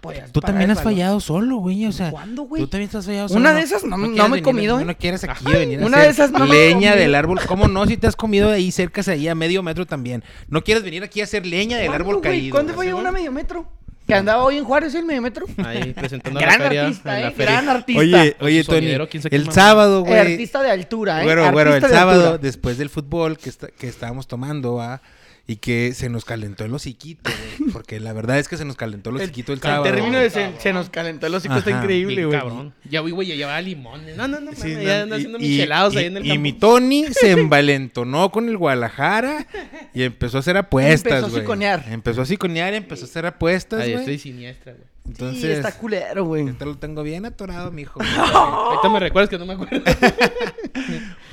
podías
Tú
parar
también
el
has
balón.
fallado solo, güey. O sea,
¿Cuándo, güey?
Tú también estás fallado solo.
Una de esas no- no
quieras
me he
venir-
comido, ¿eh?
No quieres aquí venir a
Una
hacer
de esas no me he
leña
comido.
del árbol. ¿Cómo no? Si te has comido ahí cerca, ahí a medio metro también. No quieres venir aquí a hacer leña del
¿Cuándo,
árbol
güey?
caído.
¿Cuándo
güey?
fue una medio metro? Que andaba hoy en Juárez el medio metro.
Ahí presentando a la
Gran
feria.
artista,
en la
eh.
feria.
Gran artista.
Oye,
Con
oye,
su
Tony,
sonidero, quién sabe quién
el
mamá.
sábado,
Eh,
güey.
artista de altura, ¿eh?
Bueno, bueno, el
Artista de
sábado,
altura.
después del fútbol que, está- que estábamos tomando, ¿va? Y que se nos calentó el hociquito, güey. Porque la verdad es que se nos calentó el hociquito el,
Al
sábado.
término de se, se nos calentó el hocico, está
Ajá.
increíble,
Bien
güey.
cabrón. Ya, güey, güey, ya llevaba limones. No, no, no,
Sí,
mames,
no,
ya anda haciendo
y-
michelados
y-
ahí en el
y mi
campo.
Tony se envalentonó con el Guadalajara y empezó a hacer apuestas,
Empezó a
güey.
siconear.
Empezó a siconear, empezó a hacer apuestas,
Ahí
güey.
estoy siniestra, güey.
Entonces,
Sí, está culero, güey.
ahorita lo tengo bien atorado, mijo.
Ahorita me recuerdas que no me acuerdo.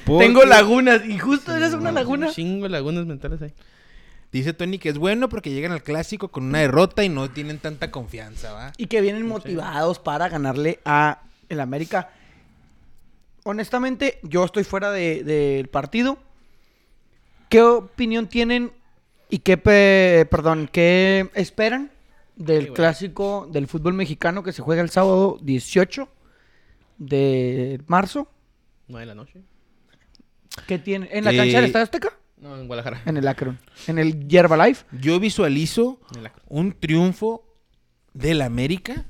Porque
Tengo lagunas, y justo eres una laguna.
Chingo de lagunas mentales ahí.
Dice Tony que es bueno porque llegan al clásico con una derrota y no tienen tanta confianza, ¿va?
Y que vienen motivados para ganarle a el América. Honestamente, yo estoy fuera de- del partido. ¿Qué opinión tienen y qué, pe- perdón, qué esperan del
güey.
clásico del fútbol mexicano que se juega el sábado 18 de marzo?
Nueve de la noche.
¿Qué tienen? ¿En la cancha del
Eh,
Estadio Azteca?
No, en Guadalajara.
En el Akron. En el Yerbalife.
Yo visualizo
En la cruz.
un triunfo del América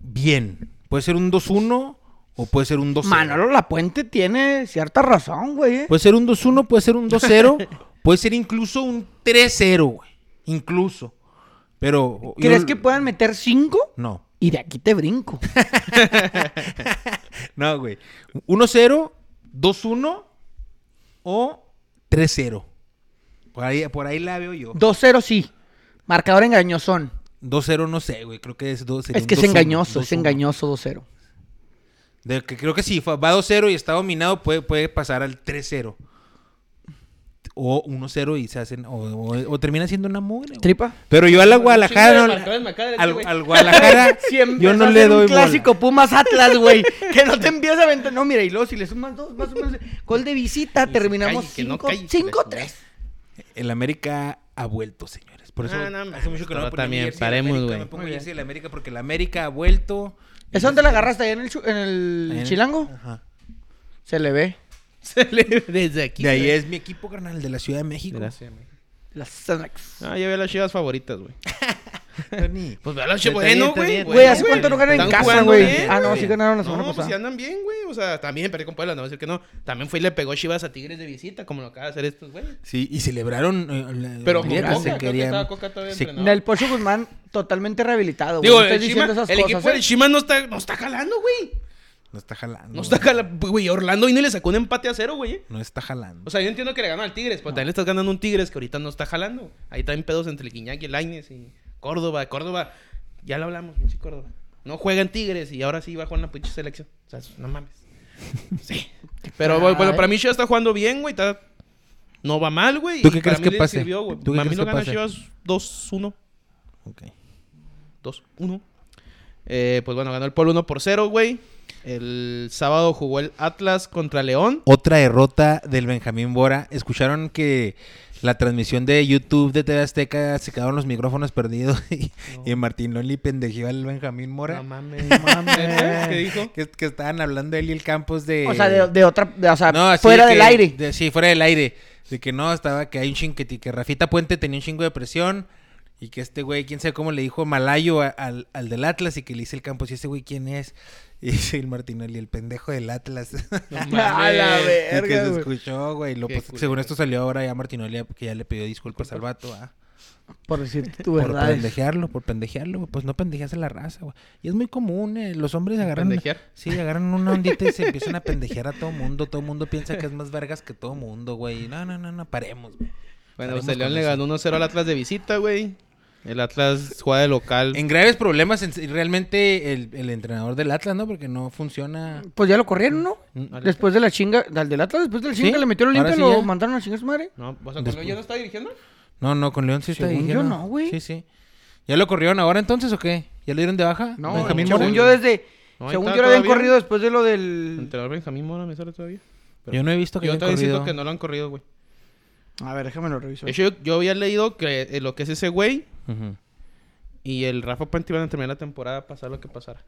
bien. Puede ser un 2-1 o puede ser un 2-0.
Manolo Lapuente tiene cierta razón, güey. eh.
Puede ser un 2-1, puede ser un 2-0, puede ser incluso un 3-0, güey. Incluso. Pero. yo-
¿Crees que puedan meter cinco?
No.
Y de aquí te brinco.
No, güey. 1-0, 2-1 o 3-0. Por ahí, por ahí la veo yo.
2-0 sí. Marcador engañosón.
2-0 no sé, güey. Creo que es 2
es que es engañoso, es engañoso 2-0.
De que creo que sí, fue- va 2-0 y está dominado, puede, puede pasar al 3-0. O 1-0 y se hacen. O, o- o termina siendo una mugre. güey.
¿Tripa?
Pero yo a la Guadalajara.
Chingo de
no-
marcadores, me acaba de decir,
al,
güey.
al Guadalajara yo no le doy
un clásico
clásico.
Pumas Atlas, güey. que no te empiezas a aventar. No, mira, y luego si le sumas dos, más o menos. Gol de visita,
se
terminamos
calle, que no
5-3.
calle,
El América ha vuelto, señores. Por eso
Ah, no,
hace mucho que no
pero
me ponía
también,
mi jersey de la
paremos,
América,
güey.
Me pongo
Muy
jersey de la América porque la América ha vuelto.
¿Esa dónde la agarraste? ¿Allá en el, chu- en el
Ahí en-
chilango?
Ah.
Ajá.
Se le ve.
Se le- Desde aquí.
De ahí
güey.
es mi equipo, carnal, de la Ciudad de México.
Gracias, güey.
Las Cenex.
Ah, ya veo las chivas favoritas, güey.
Tony.
Pues ve a la
Está
Bueno,
bien, está
güey.
bien.
Güey, ¿hace cuánto no ganan en
Están
casa,
jugando
güey?
bien,
Ah, no,
güey.
sí ganaron la semana
No, pues si
pasada.
andan bien, güey. O sea, también perdí con Puebla, no voy a decir que no. También fue y le pegó Chivas a Tigres de visita, como lo acaba de hacer estos, güey.
Sí, y celebraron. eh, la-
Pero
la-
con
se
Coca, creo que
querían-
estaba Coca todavía
se-
entrenando.
El Pocho Guzmán totalmente rehabilitado, güey.
Digo,
No
el,
estés
Chima,
diciendo esas
el
cosas,
equipo del
¿eh?
Chima no está, no está jalando, güey.
No está jalando.
No está jalando, güey. Orlando vino y le sacó un empate a cero, güey. eh.
No está jalando.
O sea, yo entiendo que le ganó al Tigres, pero también le estás ganando un Tigres que ahorita no está jalando. Ahí también pedos entre el Guiñac y el Aines y Córdoba. Córdoba, ya lo hablamos, pinche Córdoba. No juega en Tigres y ahora sí va a jugar en la pinche selección. O sea, no mames. Sí. Pero bueno, bueno, para mí Chivas está jugando bien, güey. está- No va mal, güey.
¿Tú
y
qué
para
crees
mí
que
le
pase?
sirvió, güey.
¿Tú qué
Para mí
crees
lo
que
gana
pase?
Chivas 2-1.
Ok.
2-1. Eh, pues bueno, ganó el Pueblo 1 por 0, güey. El sábado jugó el Atlas contra León.
Otra derrota del Benjamín Bora. Escucharon que la transmisión de YouTube de TV Azteca se quedaron los micrófonos perdidos y, y Martín Loli pendejió al Benjamín Mora.
No mames, mames. ¿Qué dijo?
que, que estaban hablando él y el Campos de.
O sea, de, de otra... de- o sea,
No, así
fuera
que-
del aire.
de- sí, fuera del aire. De que no, estaba que hay un chingo que, que Rafita Puente tenía un chingo de presión. Y que este güey, quién sabe cómo le dijo Malayo a- al, al del Atlas y que le dice el Campos, ¿y ese güey quién es? Y dice el Martinelli, el pendejo del Atlas.
No
A la
mames.
vez.
Y que
Verga,
se
güey.
escuchó, güey. Lo,
Qué
pues,
culero.
según esto salió ahora ya Martinoli que ya le pidió disculpas al vato, ah.
Por decir tu
Pues,
Por
verdad.
pendejearlo, por pendejearlo, güey. Pues no pendejeas a la raza, güey. Y es muy común, eh. Los hombres agarran.
¿Pendejear?
Sí, agarran una ondita y se empiezan a pendejear a todo mundo. Todo mundo piensa que es más vergas que todo mundo, güey. No, no, no, no, paremos, güey.
Bueno,
Paremos
pues el León
con
le
eso.
ganó 1-0 al Atlas de visita, güey. El Atlas juega de local.
En graves problemas, en- realmente el, el entrenador del Atlas, ¿no? Porque no funciona.
Pues ya lo corrieron, ¿no?
Al-
Después de la chinga, al del Atlas, después de la chinga,
Mm, Sí,
le metieron limpia,
ahora sí
lo
ya.
mandaron a chingar su madre.
No, o sea, ¿con
Después-
León ya no está dirigiendo?
No, no, con León sí está
Según yo
dirigiendo.
no, güey.
Sí, sí. ¿Ya lo corrieron ahora entonces o qué? ¿Ya lo dieron de baja?
No,
Benjamín
según
Mora.
yo desde.
No, ahí
según
está
yo lo habían
todavía.
corrido después de lo del.
Entrenador Benjamín Mora me sale todavía. Pero-
Yo no he visto Mm. que
Yo
hayan
todavía siento
corrido.
que no lo han corrido, güey.
A ver, déjame lo reviso.
De hecho, yo, yo había leído que eh, lo que es ese güey
Ujú.
y el Rafa Puente iban a terminar la temporada, pasar lo que pasara.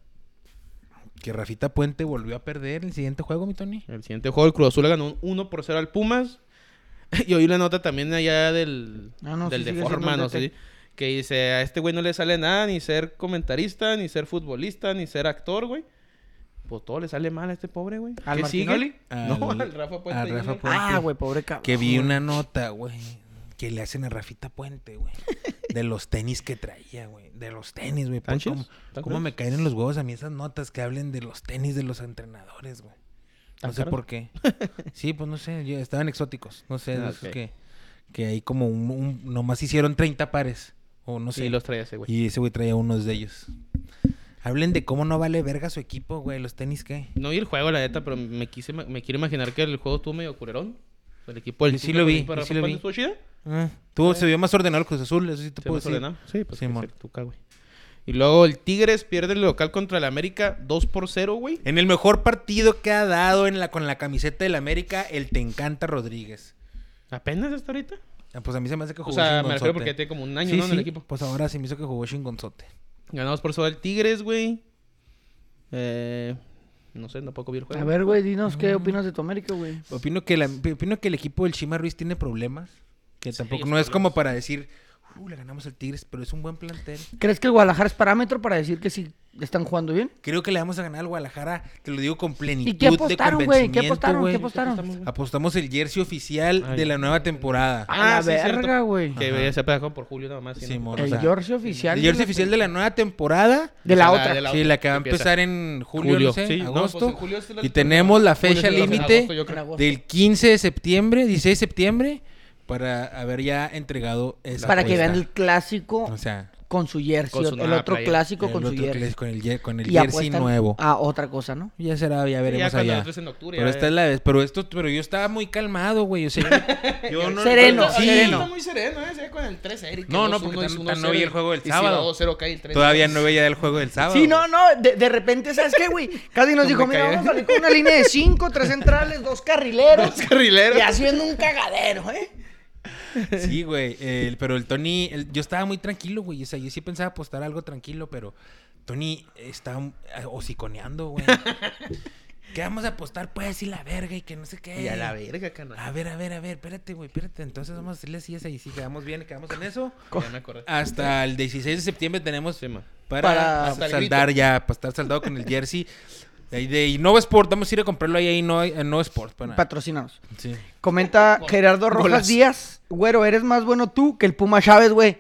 Que Rafita Puente volvió a perder el siguiente juego, mi Tony.
El siguiente juego, el Cruz Azul le ganó un 1 por 0 al Pumas. Y oí la nota también allá del,
Ah, no,
del
sí,
de
sigue
forma,
siendo
no
el
sé.
DT.
Que dice, a este güey no le sale nada, ni ser comentarista, ni ser futbolista, ni ser actor, güey. Pues todo le sale mal a este pobre, güey.
¿Al
¿Qué sigue?
Martinoli?
No,
Al-
al Rafa Puente.
al
yo
Rafa
no-
Puente.
Ah, güey, pobre cabrón.
Que vi una nota, güey, que le hacen a Rafita Puente, güey. De los tenis que traía, güey. De los tenis, güey.
¿Tan
Pues,
chidos?
¿Cómo,
¿Tan
cómo
culeros?
me caen en los huevos a mí esas notas que hablen de los tenis de los entrenadores, güey?
¿Tan
No sé
caros?
por qué. Sí, pues no sé, yo- estaban exóticos. No sé, de
Ah,
esos
ok.
que, que ahí como un, un- Nomás hicieron 30 pares. O no sé.
Ah, Sí, los traía ese güey.
Y ese güey traía unos de ellos. Hablen de cómo no vale verga su equipo, güey. Los tenis que...
No vi el juego, la neta, pero me quise ma- me quiero imaginar que el juego estuvo medio curerón. El equipo del
Yo sí
Tuca
lo
con
vi,
el Rafa
yo sí lo
Puente
vi.
estuvo chida.
Ah, tú se vio más ordenado el Cruz Azul, eso sí te
¿Se
puedo
más
decir.
ordenado? Sí, pues
Simón.
Simón. güey. Y luego el Tigres pierde el local contra el América 2 por 0, güey.
En el mejor partido que ha dado en la, con la camiseta del América, el Te Encanta Rodríguez.
Apenas hasta ahorita.
Ah, Pues a mí se me hace que
O
jugó
sea, me
chingonzote.
refiero porque ya tiene como un año,
Sí,
¿no? En el
sí,
equipo.
Pues ahora se me hizo que jugó chingonzote.
Ganamos por 0 el Tigres, güey. Eh, no sé, tampoco vi el juego.
A ver, güey, dinos
Ah.
qué opinas de tu América, güey.
Opino que, la- opino que el equipo del Chima Ruiz tiene problemas. Que tampoco
ellos
no es como para decir, uh, le ganamos al Tigres, pero es un buen plantel.
¿Crees que el Guadalajara es parámetro para decir que sí están jugando bien?
Creo que le vamos a ganar al Guadalajara, te lo digo con plenitud
¿Y qué apostaron,
de
güey?
convencimiento,
¿Qué apostaron?
güey.
¿Qué apostaron? Ah,
Apostamos el jersey oficial
Ay,
de la nueva temporada.
A la
sí, es cierto.
verga, güey.
Que
Ajá.
se ha pegado por Julio nada más. sí, ¿no?
Simón, o
El
sea,
George oficial.
el
de
jersey
la-
oficial de la nueva temporada.
De
O
la
sea,
otra.
de la
sí,
otra
la que va a
empieza.
empezar en julio,
Julio,
no sé,
sí, no, pues,
agosto.
en julio es la
y
temporada.
tenemos la fecha
Julio es el-
límite
agosto, yo creo.
En agosto.
del 15 de septiembre, 16 de septiembre, para haber ya entregado esa
Para que vean
apuesta.
el clásico
O sea,
con su jersey.
Con su
el
nueva
otro
playera.
clásico
el
con su
otro que
jersey.
les- con el, jer- con el
Y
jersey
apuestan Ah.
nuevo.
A otra cosa, ¿no?
Ya será, ya veremos
cuando
allá.
entres en octubre,
pero
ya-
esta es la vez, pero esto, pero yo estaba muy calmado, güey. O sea, yo, yo no-
Sereno,
sí.
sereno.
Está muy sereno, ¿eh? Se ve con el 3-0.
No, no, porque tan- tan no vi el juego del sábado.
2-0 cae el 3
Todavía no veía el juego del sábado.
Sí, no, no, de, de repente, ¿sabes qué, güey? Casi nos
No
dijo,
me
mira,
caí.
vamos a salir con una línea de cinco, tres centrales, dos carrileros.
Carrilero.
Y haciendo un cagadero, ¿eh?
Sí, güey. el- pero el Tony, el- yo estaba muy tranquilo, güey. O sea, yo sí pensaba apostar algo tranquilo, pero Tony estaba eh, hociconeando, güey. ¿Qué vamos a apostar, pues? Y la verga y que no sé qué.
Y a la verga,
A
canal.
ver, a ver, a ver, espérate, güey, espérate. Entonces vamos a hacerle así, es ahí, sí, quedamos bien, quedamos en eso.
Ya me acordé.
Hasta el 16 de septiembre tenemos
Ah,
em,
Sí, ma.
para,
Para-
Hasta el
saldar
grito.
ya, para estar saldado con el jersey. De, ahí de Innova Sport, vamos a ir a comprarlo ahí a Innova, a Innova Sport. Para...
Patrocínanos.
Sí.
Comenta Gerardo Rojas
Golazo.
Díaz. Güero, eres más bueno tú que el Puma Chávez, güey.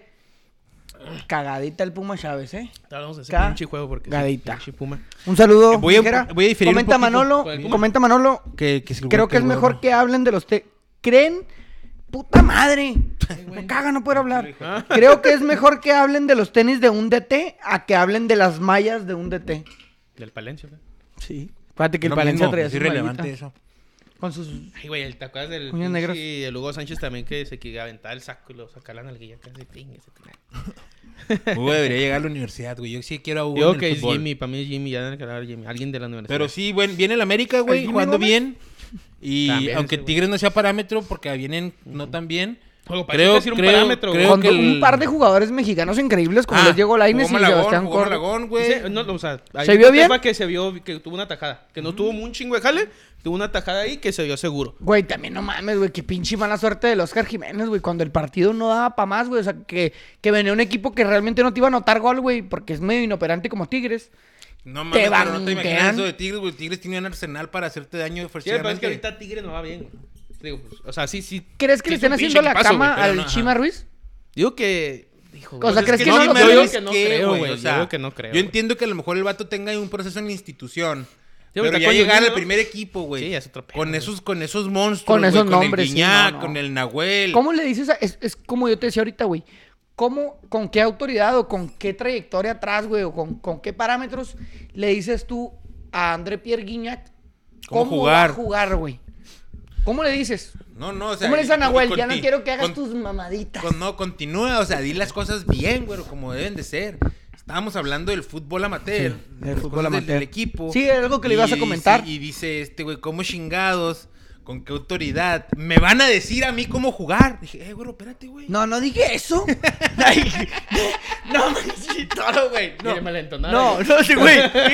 Cagadita el Puma Chávez, ¿eh?
Estábamos en ese
Ca-
pinche juego porque. sí,
gadita.
pinche Puma.
Un saludo.
Voy a-
Jera.
voy a diferir un
comenta
poquito.
Manolo,
¿Con el Puma?
comenta Manolo.
Que, que si el
Creo
güey-
que es
el güey-
mejor que hablen de los te creen puta madre. Me caga no poder hablar. Creo que es mejor que hablen de los tenis de un DT a que hablen de las mallas de un DT.
Del Palencia, güey.
Sí. Fíjate que el
Lo
Valencia
mismo,
traía
es
su
irrelevante
mallita.
eso.
Con sus
Ay, güey, el- ¿te acuerdas del
Uñas negras.
pinche el Hugo Sánchez también que se que aventaba el saco y lo sacaba la nalguilla? Casi, ting, ese ting.
Hugo debería llegar a la universidad, güey. Yo sí quiero a Hugo
Yo
en
que
el
es
fútbol.
Jimmy, pues, para mí es Jimmy, ya deben que hablar de Jimmy, alguien de la universidad.
Pero sí, bueno, viene el América, güey,
Jimmy
jugando
Gómez?
bien. Y
También
aunque
ese, güey.
Tigres no sea parámetro, porque vienen no tan bien.
Ojo, para
creo,
que sea un
creo,
parámetro, güey.
creo
con
que
un
el-
par de jugadores mexicanos increíbles como
Ah,
los Diego Lainez y
jugó Malagón,
Sebastián
jugó
Córdoba.
Malagón, güey.
Dice, no, o sea, ahí
¿Se vio
Tepa
bien?
que se vio que tuvo una tajada, que no tuvo un chingo de jale, tuvo una tajada ahí que se vio seguro.
Güey, también no mames, güey, qué pinche mala suerte del Oscar Jiménez, güey, cuando el partido no daba para más, güey, o sea, que, que venía un equipo que realmente no te iba a anotar gol, güey, porque es medio inoperante como Tigres.
No mames,
Te
pero no te imaginas
banquean.
eso de Tigres, güey. Tigres tiene un arsenal para hacerte daño
Sí, pero es que
ofensivamente.
ahorita Tigre no va bien, güey. Digo, pues, o sea, sí, sí.
¿Crees que
sí
le
es un
estén
pinche
haciendo la
equipazo,
cama
güey, pero
al
no, ajá.
Chima Ruiz?
Digo que. Hijo,
O sea,
pues,
¿crees
es
que no
yo
lo-
digo
yo digo
que no
¿Qué,
creo,
güey?
güey.
O
Yo
sea,
digo que no creo.
Yo
güey.
entiendo que a lo mejor el vato tenga ahí un proceso en la institución.
Ya,
pero
ahorita
ya
con
llegar al
Juninho,
primer equipo, güey.
Sí, ya es otro pedo,
Con
güey.
esos, con esos monstruos.
Con
güey,
esos nombres,
Con
sí,
el Guiñac,
no, no.
con el Nahuel.
¿Cómo le dices? a- es, es como yo te decía ahorita, güey. ¿Cómo, con qué autoridad o con qué trayectoria atrás, güey, o con, con qué parámetros le dices tú a André Pierre Guignac
¿Cómo
cómo,
jugar?
va a jugar, güey? ¿Cómo le dices?
No, no, o sea.
¿Cómo le dices a
y-
Nahuel?
con
Ya no
ti-
quiero que hagas
con-
tus mamaditas.
con- no, continúa, o sea, di las cosas bien, güey, como deben de ser. Estábamos hablando del fútbol amateur. de las
fútbol
cosas del-
amateur.
Del equipo.
Sí, era algo que le ibas
Y
a comentar.
dice- y dice este, güey, ¿cómo chingados? ¿Con qué autoridad? ¿Me van a decir a mí cómo jugar? Dije, eh, güey, espérate, güey.
No, no dije eso. no, me toro, güey.
Mire, malentonada,
No,
güey.
no, sí, güey. Fíjate,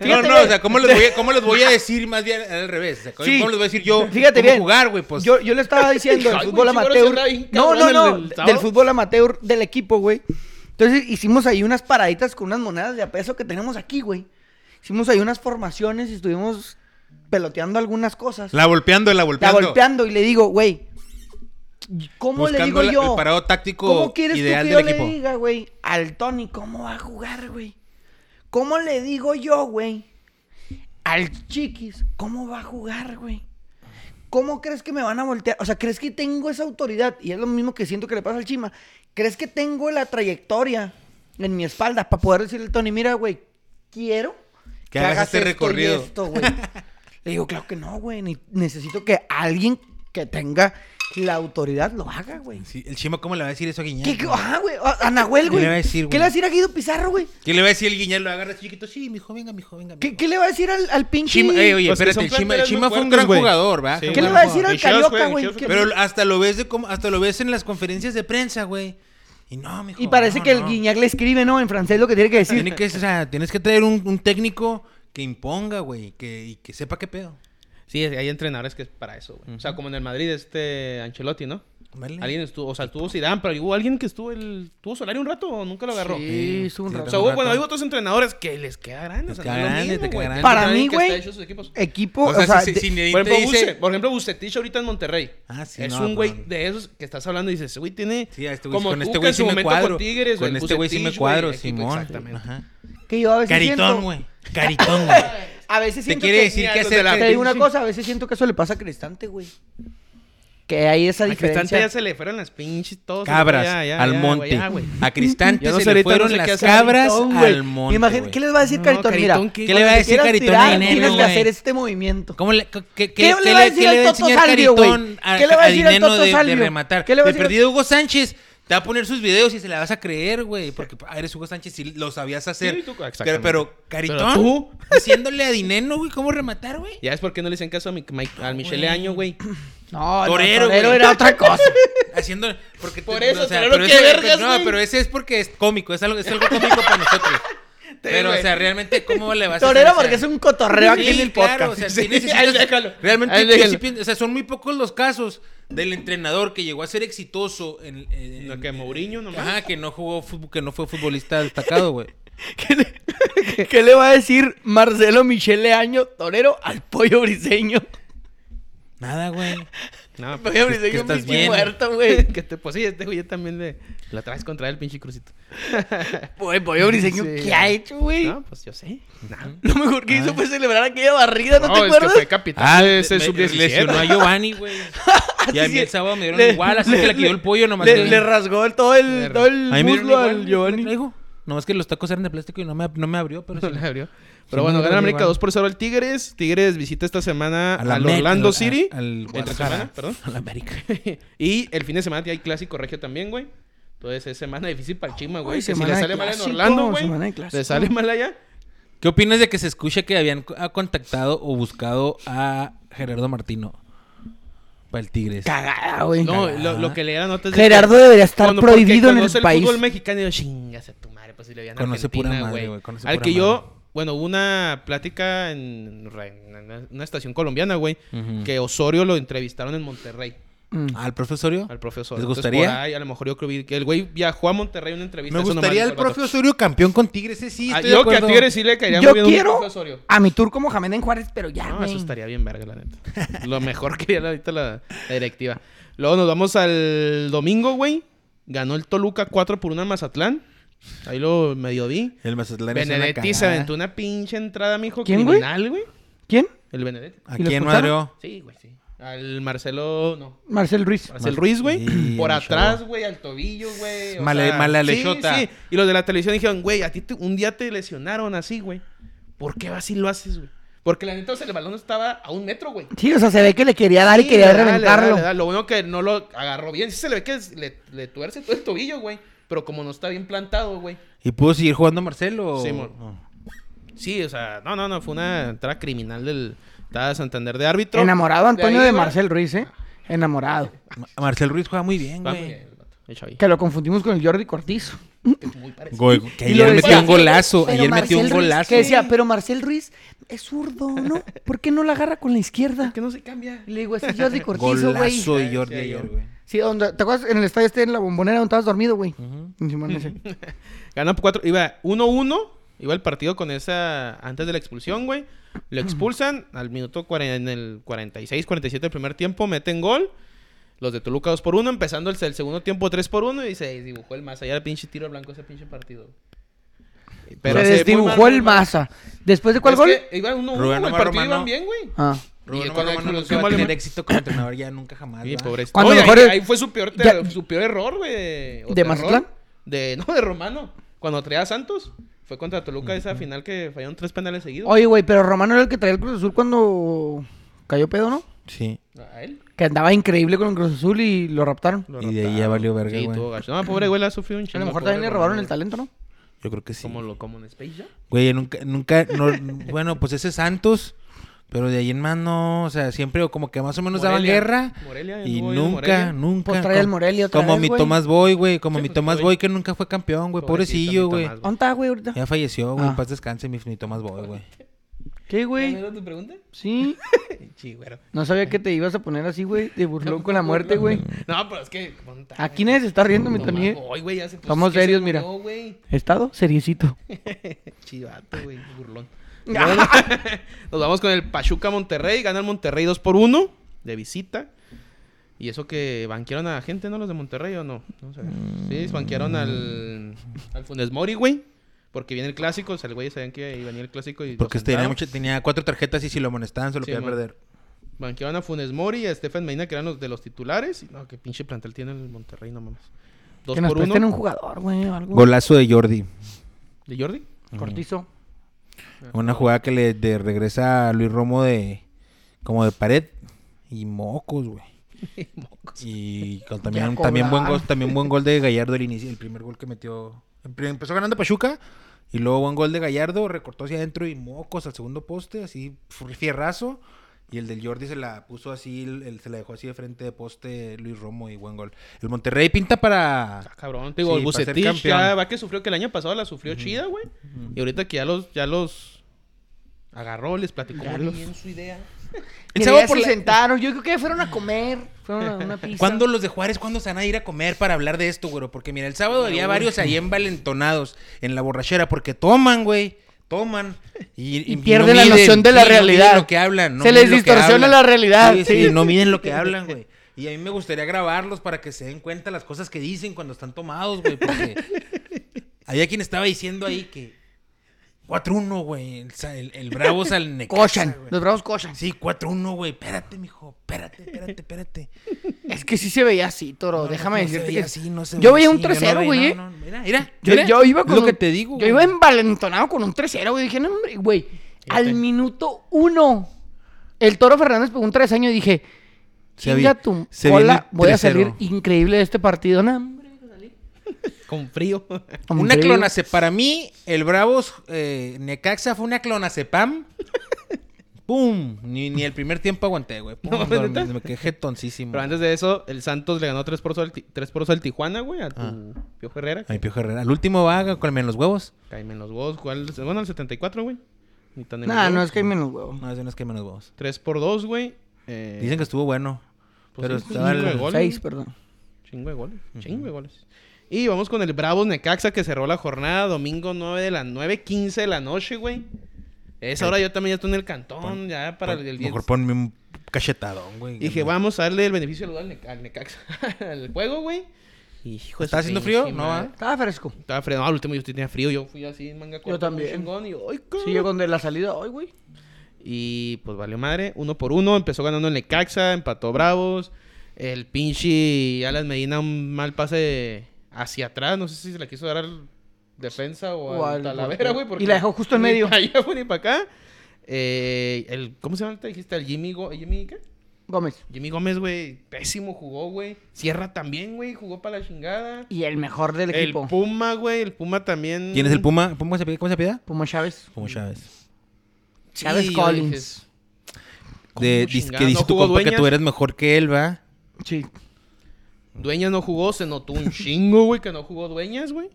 No,
fíjate,
no, o
güey.
sea, ¿cómo les voy a, cómo les voy a decir más bien al revés? O sea, ¿cómo,
Sí.
cómo les voy a decir yo
Fíjate
cómo
bien.
jugar, güey? Pues,
Yo, yo le estaba diciendo del
Ay,
fútbol
güey, seguro
amateur.
se habrá bien
No, no,
cabrón
no.
el del
Del,
sábado.
fútbol amateur del equipo, güey. Entonces hicimos ahí unas paraditas con unas monedas de a peso que tenemos aquí, güey. Hicimos ahí unas formaciones y estuvimos peloteando algunas cosas.
la golpeando, la golpeando.
La golpeando y le digo, güey, ¿cómo le
Buscando
digo
la-
yo?
el parado táctico
¿Cómo quieres tú
ideal
que yo
del
le
equipo.
diga, güey, al Tony cómo va a jugar, güey? ¿Cómo le digo yo, güey, al Chiquis cómo va a jugar, güey? ¿Cómo crees que me van a voltear? O sea, ¿crees que tengo esa autoridad? Y es lo mismo que siento que le pasa al Chima. ¿Crees que tengo la trayectoria en mi espalda para poder decirle al Tony, mira, güey, quiero
Que hagas este
esto y
recorrido.
esto, güey"? Le digo, claro que no, güey. ni- Necesito que alguien que tenga la autoridad lo haga, güey.
Sí, el Chima, ¿cómo le va a decir eso a Guiñac?
¿Qué, qué- ajá, güey. A, a Nahuel, güey.
le va a decir,
¿Qué
güey?
le va a decir a Guido Pizarro, güey?
¿Qué le va a decir el Guiñac? Lo agarra chiquito. Sí, mijo, venga, mijo, venga.
¿Qué,
mijo.
qué le va a decir al, al pinche...
Chima, eh,
Pues
oye,
que
espérate,
son
el Chima, el
planteles muy
Chima fue un
fuertes,
gran
güey.
jugador, ¿verdad?
Sí.
Fue
¿Qué
un
le
gran
va a decir al
Pinche Oscar,
Carioca,
güey,
güey?
pinche
¿Qué-
Pero hasta lo ves de como, hasta lo ves en las conferencias de prensa, güey. Y no, mijo.
Y parece
no,
que el
no.
Guiñac le escribe, ¿no? En francés lo que tiene que decir.
Tiene que, o sea, tienes que traer un, un técnico que imponga, güey, que, y que sepa qué pedo.
Sí, hay entrenadores que es para eso, güey. O sea, como en el Madrid, este Ancelotti, ¿no?
¿Vale?
Alguien estuvo, o sea, tuvo Zidane, pero hubo alguien que estuvo el... ¿Tuvo Solari un rato o nunca lo agarró?
Sí, es un
Sí,
rato.
O sea, hubo-
rato.
bueno, hay otros entrenadores que les queda grande.
Les
o sea,
queda
no es lo
grande,
mismo,
te queda
güey.
grande.
Para
Alguien
mí,
que
güey,
está hecho sus equipos.
Equipo,
O sea, si,
de-
si Zinedine
Por ejemplo,
te dice-
Buce, por ejemplo, Bucetich ahorita en Monterrey.
Ah, sí,
es
no,
un güey
pero-
de esos que estás hablando y dices, güey, tiene.
Sí, a este güey, con
tú
este
que
güey
en su
sí me
momento
cuadro.
Tigres,
Con
el
este güey sí me
Bucetich,
cuadro,
güey, equipo,
Simón.
Exactamente.
Ajá.
que yo a veces siento...
Caritón, güey. Caritón, güey.
A veces
Te
siento
quiere
que...
decir
Mira,
que
los
hacer
de la-
Te digo una
Sí.
cosa, a veces siento que eso le pasa a Cristante, güey. Que hay esa
A Cristante ya
diferencia.
se le fueron las pinches todos.
cabras
ya, ya,
al
ya,
monte.
güey, ya, güey.
a Cristante
Ya no sé
se le
ahorita, no
fueron
sé qué
las
hace
cabras
Caritón, güey.
al monte.
Imagina-
güey.
¿Qué les va a decir
No,
Caritón? Mira,
Caritón, ¿qué-
¿Qué le va a decir
quieras
Caritón
tirar,
a Dineno,
Tienes que
güey?
hacer este movimiento.
¿Cómo le, qué, qué,
¿Qué le va a decir al Toto Salvio, güey? ¿Qué le va a decir al Toto
de, de
Salvio?
rematar?
¿Qué le va a
de
decir al-
perdido Hugo Sánchez. Te va a poner sus videos y se la vas a creer, güey. Porque ah, eres Hugo Sánchez y lo sabías hacer.
Sí, tú-
pero,
exactamente.
pero, Caritón,
Pero tú.
diciéndole a Dineno, güey, ¿cómo rematar, güey?
Ya es porque no le hacen caso a, mi, Mike-
Ah,
al Michele Año, güey.
No, no,
Torero, güey.
era otra cosa.
Haciendo. Porque
Por eso, Torero,
pero
qué
ese-
vergas,
No,
güey.
pero ese es porque es cómico. Es algo, es algo cómico para nosotros. Pero, o
eh.
sea, realmente, ¿cómo le vas a
Torero
hacer? O sea,
porque es un cotorreo aquí
Sí,
en el podcast.
claro, o sea, sí
Sí,
necesitas-
ahí déjalo,
realmente
ahí
sí
déjalo.
pi- o sea, son muy pocos los casos del entrenador que llegó a ser exitoso en, en-
Lo que
en-
Mourinho nomás.
Ajá, que no jugó fútbol, que no fue futbolista destacado, güey.
¿Qué le, qué le va a decir Marcelo Michele Año Torero al pollo briseño?
Nada, güey.
No, pues,
El pollo
que- que
briseño
estás
pinche
bien.
muerto, güey.
que te, pues sí, este güey también le, la traes contra el pinche crucito.
Güey, pollo briseño,
Sí.
¿qué ha hecho, güey?
No, pues yo sé. No,
Lo mejor que hizo fue celebrar aquella barrida, ¿no, te
es que
acuerdas?
fue capitán.
Ah,
Ah,
de ese
me- lesionó a
sub-17.
Giovanni, güey. Y a mí el
sí.
sábado me dieron
Le-
igual, así
le-
que le quitó el pollo nomás.
Le,
que-
le rasgó el- todo el, todo el
A mí me dieron
muslo al
igual,
Giovanni.
le traigo. Nomás que los tacos eran de plástico y no me, no me abrió, pero sí.
No le abrió.
Sí,
Pero
no,
bueno,
no
gana
le
América
llevan.
2 por 0 al Tigres. Tigres visita esta semana
A la
al
Met-
Orlando
a-
City.
Al
Entre
Guadalajara.
semana, perdón.
A la América.
y el fin de semana ya hay clásico regio también, güey. Entonces es semana difícil para el Chima,
Uy,
güey. que si
semana
le
de
sale mal en
clásico,
Orlando, güey.
semana de
Le
clásico.
sale mal allá.
¿Qué opinas de que se escuche que habían co- ha contactado o buscado a Gerardo Martino para el Tigres?
Cagada, güey.
No, lo, lo que le da nota es de que
Gerardo debería estar
cuando- porque
prohibido en el
conoce
país.
fútbol mexicano y yo, chingas a tu madre, pues si le veían
Conoce pura
Argentina,
madre,
güey.
güey, conoce
Al
pura
que
madre.
yo, bueno, hubo una plática en ra- en una estación colombiana, güey,
Ujú.
que Osorio lo entrevistaron en Monterrey,
¿Al profesorio?
al profesor.
¿Les gustaría?
a lo mejor yo creo vi que el güey viajó a Monterrey a una entrevista.
Me
eso nomás
gustaría
dijo
el
vato.
profe Osorio campeón con Tigres, ese sí,
Ah,
estoy
Yo
de
que a
acuerdo.
Tigres sí le caería
Yo
muy bien un
quiero
profe Osorio.
a mi turco Mohamed en Juárez, pero ya,
No,
güey.
eso estaría bien verga, la neta. Lo mejor que ya la- ahorita la, la directiva. Luego nos vamos al domingo, güey. Ganó el Toluca 4 por 1 al Mazatlán. Ahí lo medio vi.
El Mazatlán es una
Benedetti se
cagada.
aventó una pinche entrada, mijo,
¿Quién, güey?
criminal, güey.
¿Quién?
El Benedetti.
¿A
¿Y los
quién
expulsaron?
madreó?
Sí, güey, sí. Al Marcelo, no.
Marcel Ruiz.
Marcel
Mar-
Ruiz, güey.
Sí,
por
el
atrás,
chavo.
güey, al tobillo, güey. o
Male-
sea,
mala
sí,
lechota.
sí. Y los de la televisión dijeron, güey, a ti te- un día te lesionaron así, güey. ¿Por qué así lo haces, güey? Porque la neta, o sea, el balón estaba a un metro, güey.
Sí, o sea, se ve que le quería dar y quería
le da, le da,
reventarlo.
le da. Lo bueno que no lo agarró bien. Sí se le ve que es- le, le tuerce todo el tobillo, güey. Pero como no está bien plantado, güey.
¿Y pudo seguir jugando Marcelo? o-
Simón.
no?
Sí, o sea, no, no, no. Fue una entrada criminal del. Estaba Santander de árbitro.
Enamorado Antonio
ahí,
de
güey,
Marcel Ruiz, ¿eh? Enamorado.
Ma- Marcel Ruiz juega muy bien,
va muy
güey.
bien el vato, el Xavi.
Que lo confundimos con el Jordi Cortizo.
Es muy parecido.
Gol- que
Y lo
ayer metió
decía-
un golazo.
Pero
Ayer metió
Marcel
un
Ruiz,
golazo.
Que decía, pero Marcel Ruiz es zurdo, ¿no? ¿Por qué no la agarra con la izquierda?
Que no se cambia.
Y Le digo, es Jordi Cortizo, güey.
Golazo
Sí,
de Jordi
sí,
ayer,
ayer.
güey.
Sí, donde, ¿te acuerdas en el estadio este en la bombonera donde estabas dormido, güey? Simón, ese.
Ganó por cuatro. Iba 1-1. Iba el partido con esa. Antes de la expulsión, güey. Lo expulsan al minuto cuaren- en el 46, 47 del primer tiempo. Meten gol. Los de Toluca 2 por 1. Empezando el, el segundo tiempo 3 por 1. Y se dibujó el más allá del pinche tiro al blanco ese pinche partido.
se
ve muy
desdibujó
mal,
el
muy mal.
Maza. ¿Después de cuál
Es
gol?
que iba 1-1.
Rubén
güey, El
Omar
partido
Romano.
iban bien, güey.
Ah.
Y
Rubén
con
Omar
la
Romano nunca
expulsión
va a
vale
tener
más.
éxito como entrenador ya nunca jamás.
Sí,
¿va?
pobrecito.
Cuando
Oye,
mejor
ahí,
el-
ahí fue su peor, te-
Ya-
su peor error, güey. o
¿De
terror.
Mazatlán?
De, no, de Romano. Cuando traía a Santos. Fue contra Toluca esa final que fallaron tres penales seguidos.
Oye, güey, pero Romano era el que traía el Cruz Azul cuando cayó pedo, ¿no?
Sí.
A él.
Que andaba increíble con el Cruz Azul y lo raptaron.
lo
Y de ahí
raptaron.
ya valió verga,
Sí,
güey.
tuvo gacho. No, pobre güey, la sufrió un
A
chingo.
lo mejor
pobre
también le
Romano,
robaron el
güey.
talento, ¿no?
Yo creo que sí.
Como, lo, como en Space Jam.
Güey, nunca, nunca, no, bueno, pues ese Santos, pero de ahí en más no, o sea, siempre como que más o menos daban
Morelia.
guerra.
Morelia,
y
no hubo ido
nunca,
Morelia.
nunca.
Pues trae al
com-
Morelia otra
Como
vez,
mi
güey.
Tomás Boy, güey, como
Sí,
mi
pues,
Tomás
Boy.
Boy que nunca fue campeón, güey, pobrecillo, güey.
Tomás,
¿Dónde está, güey, ahorita?
Ya falleció, güey,
Ah.
en paz descanse mi, mi Tomás Boy, güey.
¿Qué,
¿Ya me
güey?
dieron tu pregunta?
Sí.
Sí, güey.
No sabía que te ibas a poner así, güey, de burlón con la muerte, güey.
No, pero es que. ponta,
Aquí nadie se está riendo, me
Tomás
también.
Boy, güey, ya se puso-
Somos
que se
serios, mira.
murió, güey.
Estado seriecito.
Chivato, güey, burlón. Nos vamos con el Pachuca Monterrey. Gana el Monterrey 2 por 1 de visita. Y eso que banquearon a gente, ¿no? Los de Monterrey o no. No sé. Sí,
Mm.
banquearon al, al Funes Mori, güey. Porque viene el clásico. O sea, el güey sabían que iba a venir el clásico. Y lo
Porque tenía,
sentaron.
mucho- tenía cuatro tarjetas y si lo amonestaban se lo
Sí,
podían
mon.
perder.
Banquearon a Funes Mori y a Stefan Medina, que eran los de los titulares. Y no, qué pinche plantel tiene el Monterrey, no mames. 2
Que nos
por 1
presten un jugador, güey, o algo.
Golazo de Jordi.
de Jordi.
Cortizo.
Una jugada que le de- regresa a Luis Romo de como de pared y mocos, güey. Y con también,
Ya
también, buen
cobraron.
gol, también buen gol de Gallardo el inicio, el primer gol que metió. Em- Empezó ganando Pachuca y luego buen gol de Gallardo, recortó hacia adentro y mocos al segundo poste, así fierrazo. Y el del Jordi se la puso así, el- el- se la dejó así de frente de poste Luis Romo y buen gol. El Monterrey pinta para...
Ah, cabrón, te digo,
Sí,
el
para ser
Bucetich
campeón.
ya va que sufrió que el año pasado la sufrió chida, güey. Y ahorita que ya los, ya los agarró, les platicó
Ya
muy
los-
bien su idea.
Mira,
sábado
ya
por
se
la-
sentaron. Yo creo que fueron a comer. Fueron a una pizza.
¿Cuándo los de Juárez, cuándo se van a ir a comer para hablar de esto, güey? Porque mira, el sábado había varios ahí envalentonados en la borrachera porque toman, güey. Toman. Y,
Y pierden la noción de la
no miden
realidad.
lo que hablan. no
Se les
miden lo que
distorsiona
hablan.
la realidad,
Sí, sí,
sí.
no miden lo que hablan, güey. Y a mí me gustaría grabarlos para que se den cuenta las cosas que dicen cuando están tomados, güey. Porque había quien estaba diciendo ahí que 4-1, güey. El, sa- el- el Bravos al Necaxa,
Cochan.
güey.
Los bravos cochan.
Sí, 4-1, güey. Espérate, mijo. Espérate, espérate, espérate.
Es que sí se veía así, Toro.
No,
déjame
no se
decirte
veía
que
así, no se
yo veía
así,
un 3-0,
veía-
güey, ¿eh?
no, no, mira, mira.
Yo,
mira.
yo iba
Es
con
lo
un-
que te digo.
Yo
güey.
iba envalentonado con un 3-0, güey. Dije, no, hombre, güey. Al minuto uno, el Toro Fernández pegó un 3 años y dije,
Se
chinga
vi-
tu
se viene
cola,
el
voy a
3-0.
salir increíble de este partido. No, hombre, salí.
Con frío.
Una
Hombre,
clonace para mí, el Bravos eh, Necaxa fue una clonacepam. ¡Pum! Ni, ni el primer tiempo aguanté, güey. Pum,
No,
dormí,
¿neta?
me quedé toncísimo.
Pero antes de eso, el Santos le ganó 3 por 0 al, Ti- 3 por 0 al Tijuana, güey, a tu
Ah.
Piojo Herrera.
A mi Piojo Herrera. Al último va, colme en los huevos.
Caíme en los huevos. ¿cuál? Bueno, al 74, güey. Ni tan en los
Nah, no
huevos.
es que hay menos huevo.
No, ese no es que menos huevos.
3 por 2, güey. Eh,
Dicen que estuvo bueno.
pues
pero
sí, pues,
estaba
chingo de
el-
goles.
Seis, perdón.
Chingo de goles. Chingo de goles. Y vamos con el Bravos Necaxa que cerró la jornada domingo 9 de la 9.15 de la noche, güey. Esa hora yo también ya estoy en el cantón, ya para
Pon-
el 10.
Mejor ponme un cachetadón, güey.
Dije, vamos a darle el beneficio del duda al, Ne- al Necaxa, al juego, güey. Y, hijo de
¿Está
su
haciendo
pinche
frío? No,
madre.
¿ah?
Estaba fresco.
Estaba frenado, al último yo tenía frío, yo fui así en manga corta,
también.
muy chingón, y, ¡ay, cabrón!
Sí, yo con de la salida hoy, güey.
Y pues valió madre, uno por uno, empezó ganando el Necaxa, empató Bravos, el pinche Alas Medina un mal pase hacia atrás, no sé si se la quiso dar al defensa o,
O
al
al
Talavera,
portero.
güey.
Y
porque
la dejó justo en
ni
medio.
pa' allá fue ni para acá. Eh, el, ¿Cómo se llama? ¿Te dijiste? ¿El Jimmy, Go- Jimmy qué?
Gómez.
Jimmy Gómez, güey, pésimo jugó, güey. Sierra también, güey, jugó para la chingada.
Y el mejor del
El,
equipo.
Puma, güey, el Puma también.
¿Quién es el Puma? ¿Puma se pide? ¿Cómo se pide?
Puma Chávez.
Mm.
Como Chávez.
Sí,
Chávez
yo
Collins.
dije, ¿cómo
De, dis-
chingada
que dice
no
tu
jugó
compa que tú
Dueñas?
eres mejor que él, va.
Sí.
Dueñas no jugó, se notó un chingo, güey, que no jugó Dueñas, güey.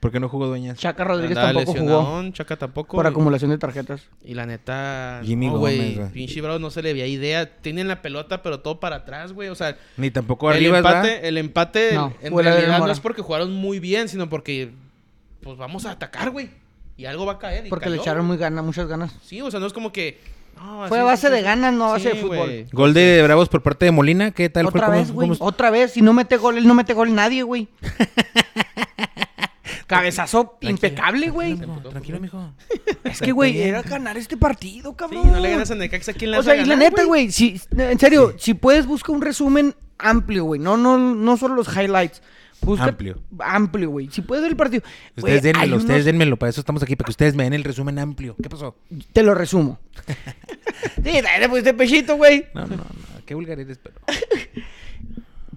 ¿Por qué no jugó Dueñas?
Chaca Rodríguez
Andaba
tampoco jugó.
lesionadón, Chaca tampoco.
Por
güey.
acumulación de tarjetas.
Y la neta.
Jimmy
no,
Gómez,
güey.
güey.
Pinche Bravos no se le veía idea. Tienen la pelota, pero todo para atrás, güey. O sea,
Ni tampoco
el
arriba, ¿va?
empate, el empate
No,
en
fuera de
realidad no
Mora.
es porque jugaron muy bien, sino porque. Pues vamos a atacar, güey. Y algo va a caer. y
Porque le
cayó,
echaron muy
güey.
ganas, muchas ganas.
Sí, o sea, no es como que. no,
Fue
así-
a base de ganas, no a base
Sí,
de fútbol.
güey.
Gol de Bravos por parte de Molina, ¿qué tal
Otra
¿Cómo-
vez, güey.
cómo-
Otra vez. Y no mete gol, él no mete gol nadie, güey. Cabezazo impecable, güey.
Tranquilo, Tranquilo, mijo.
Es que, güey, era ganar este partido,
Sí,
cabrón.
no le ganas a Necaxa. ¿Quién le
O sea, y la neta, güey, si, en serio, si puedes, busca un resumen amplio, güey. No, no, no solo los highlights. Busca
Amplio.
Amplio, güey. Si puedes ver el partido. güey,
Ustedes
hay
denmelo,
unos-
ustedes denmelo, para eso estamos aquí, para que ustedes me den el resumen amplio. ¿Qué pasó?
Te lo resumo. sí, le pusiste pechito, güey.
No, no, no, qué vulgar eres, pero...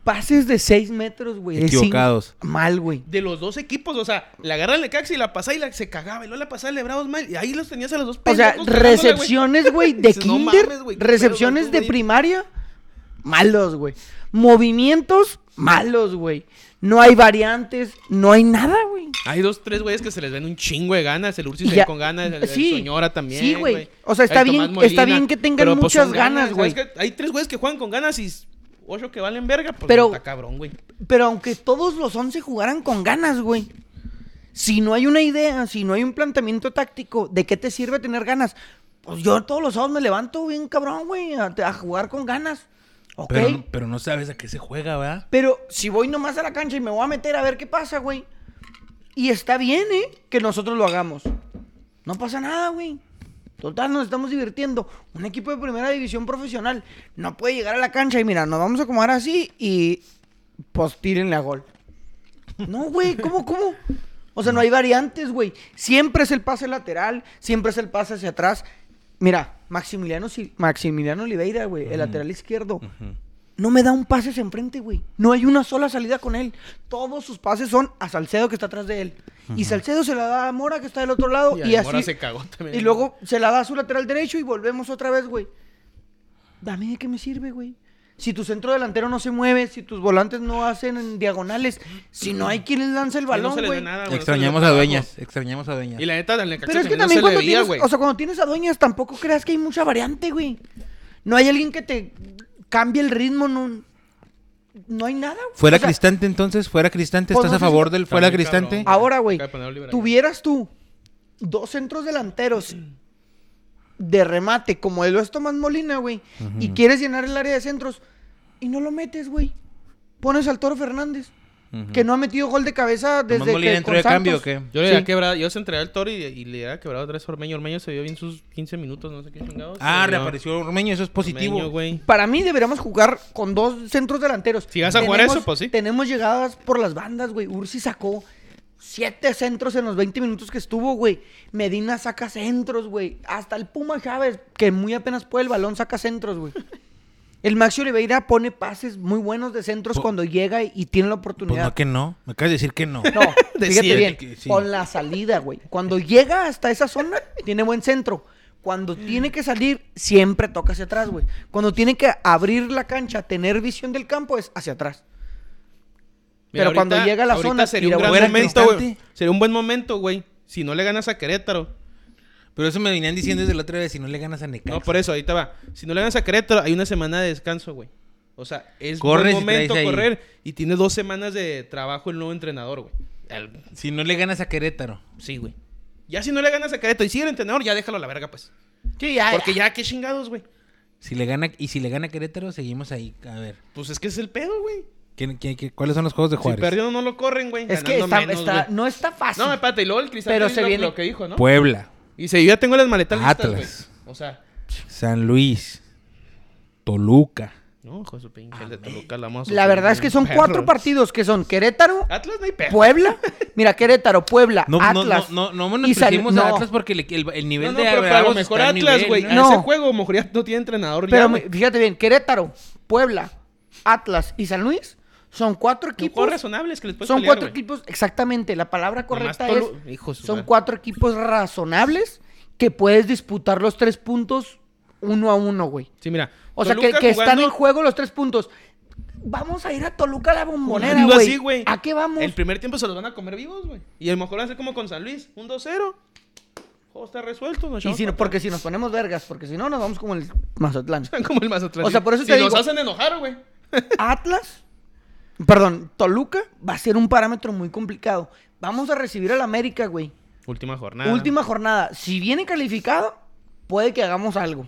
Pases de 6 metros, güey. de cinco.
Equivocados.
Mal, güey.
de los dos equipos, o sea, la agarra el Necaxa y la pasa y la se cagaba, y luego la pasaba le Bravos mal, y ahí los tenías a los dos
O sea,
pendejos pegándole, güey.
recepciones, güey, de
Dices, "No
kinder,
mames, güey, qué
recepciones
pedo, güey".
de primaria, malos, güey. Movimientos, malos, güey. No hay variantes, no hay nada, güey.
Hay dos, tres güeyes que se les ven un chingo de ganas. El Ursi
Y
se
ya-
ve con ganas, el, el
sí,
Soñora también.
sí, güey. O sea, está
El Tomás
bien- está bien que tengan
pero, pues,
muchas
son
ganas, güey.
¿sabes qué? Hay tres güeyes que juegan con ganas y s- ocho que valen verga, pues
Pero-
está cabrón, güey.
Pero aunque todos los 11 jugaran con ganas, güey. Si no hay una idea, si no hay un planteamiento táctico, ¿de qué te sirve tener ganas? Pues yo todos los sábados me levanto bien cabrón, güey, a, a jugar con ganas. ¿Ok? Ah,
Pero,
Pero,
pero no sabes a qué se juega, ¿verdad?
si voy nomás a la cancha y me voy a meter a ver qué pasa, güey. Y está bien, ¿eh? Que nosotros lo hagamos. No pasa nada, güey. Total, nos estamos divirtiendo. Un equipo de primera división profesional no puede llegar a la cancha y mira, nos vamos a acomodar así y pues tírenle a gol. No, güey, ¿cómo, cómo? O sea, no hay variantes, güey. Siempre es el pase lateral, siempre es el pase hacia atrás. Mira, Maximiliano, Si- Maximiliano Oliveira, güey, el lateral izquierdo. No me da un pase hacia enfrente, güey. No hay una sola salida con él. Todos sus pases son a Salcedo que está atrás de él. Y Salcedo se la da a Mora que está del otro lado. Y,
Y,
así.
ahora se cagó también.
Y luego se la da a su lateral derecho y volvemos otra vez, güey. ¿A mí de qué me sirve, güey? Si tu centro delantero no se mueve, si tus volantes no hacen diagonales, si no hay quien les lance el
Ya no
balón,
se les ve
güey.
nada, güey, no se les
Extrañamos
ve
a
trabajo.
dueñas, extrañamos a dueñas.
Y la neta, en el
Pero es que
no
también
se le
cuando
veía,
tienes,
güey.
o sea, cuando tienes a dueñas, tampoco creas que hay mucha variante, güey. No hay alguien que te cambie el ritmo, no, no hay nada. güey.
¿Fuera
O sea,
Cristante entonces? ¿Fuera Cristante?
pues
¿Estás
no
a
sé
favor
si-
del fuera
También, cabrón.
Cristante?
Ah,
Ahora, güey,
Acaba de poner a Oliver ahí.
tuvieras tú dos centros delanteros de remate, como el lo es Tomás Molina, güey, y quieres llenar el área de centros y no lo metes, güey. Pones al Toro Fernández,
Ujú.
que no ha metido gol de cabeza desde
¿Tomás Molina
que
entró
con
de cambio o
Santos.
qué?
Yo le había
Sí.
quebrado, yo se entregué al toro y, y le había quebrado tres a Ormeño. Ormeño se vio bien sus 15 minutos, no sé qué chingados.
Ah,
Se vio
reapareció Ormeño, eso es positivo.
Ormeño, güey.
Para mí deberíamos jugar con dos centros delanteros.
Si vas a jugar
Tenemos-
eso, pues sí.
Tenemos llegadas por las bandas, güey. Ursi sacó siete centros en los 20 minutos que estuvo, güey. Medina saca centros, güey. Hasta el Puma Chávez, que muy apenas puede el balón, saca centros, güey. El Maxi Oliveira pone pases muy buenos de centros
Pu-
cuando llega y, y tiene la
Pues no
oportunidad.
que no, me acabas de decir que no.
No, fíjate
Decía
bien.
que sí.
Con la salida, güey. Cuando llega hasta esa zona, tiene buen centro. Cuando tiene que salir, siempre toca hacia atrás, güey. Cuando tiene que abrir la cancha, tener visión del campo, es hacia atrás.
Mira,
Pero cuando llega a la
ahorita
zona,
sería
tira
un gran
buena
momento,
Cristante.
güey. Sería un buen momento, güey. Si no le ganas a Querétaro.
Pero eso me venían diciendo desde la otra vez, si no le ganas a Necaxa.
No, por eso, ahorita va. Si no le ganas a Querétaro, hay una semana de descanso, güey. O sea, es
Corres y
buen momento
traes ahí.
correr. Y tienes dos semanas de trabajo el nuevo entrenador, güey. El-
Si no le ganas a Querétaro.
Sí, güey. Ya si no le ganas a Querétaro y sigue el entrenador, ya déjalo a la verga, pues.
Sí, ya.
ah.
Porque ya, qué chingados, güey.
Si le gana, y si le gana a Querétaro, seguimos ahí. A ver,
Pues es que es el pedo, güey.
¿quién- quién- quién- cuáles son los juegos de
Si
Juárez?
perdiendo no lo corren, güey.
Es que
Ganando
está-
menos,
está-
güey.
no está fácil.
No, espérate, y luego el cristal
Pero
es
se
lo,
viene-
lo que dijo, ¿no?
Puebla,
Y si yo ya tengo las maletas
Atlas.
listas, güey. O sea,
San Luis, Toluca.
no, hijo de su pinche, el de Toluca la vamos a
la
sufrir
verdad es
bien
que son
perro.
cuatro Pues, partidos, que son Querétaro,
Atlas no hay perro.
Puebla. Mira, Querétaro, Puebla,
No, no,
Atlas.
no, no, no
y San-
menospreciemos a
no.
Atlas porque le- el, el
No,
nivel
no,
de
pero, pero a lo
Bravos
mejor
está a
Atlas,
nivel,
güey.
¿no?
A
No.
ese juego, a lo mejor ya no tiene entrenador. ya,
Pero
güey.
mi- fíjate bien, Querétaro, Puebla, Atlas y San Luis son cuatro
Son
equipos.
juegos razonables que les puedes
son
pelear,
cuatro
güey.
equipos, exactamente. La palabra correcta
Nomás
es.
Tolu- hijo de su
son
madre.
cuatro equipos razonables que puedes disputar los tres puntos uno a uno, güey.
Sí, mira.
O sea, que,
Toluca
que
jugando-
están en juego los tres puntos. Vamos a ir a Toluca a la bombonera,
jugando
güey.
así, güey.
¿A qué vamos?
El primer tiempo se los van a comer vivos, güey. Y a lo mejor van a ser como con San Luis. Un 2-0. Juego está resuelto. nos
Y
echamos
si no-
para
porque si nos ponemos vergas, porque si no, nos vamos como el Mazatlán.
atrás. como el Mazatlán.
O sea, por eso
si
te
nos
digo-
hacen enojar, güey.
Atlas, perdón, Toluca va a ser un parámetro muy complicado. Vamos a recibir al América, güey.
Última jornada.
Última jornada. Si viene calificado, puede que hagamos algo.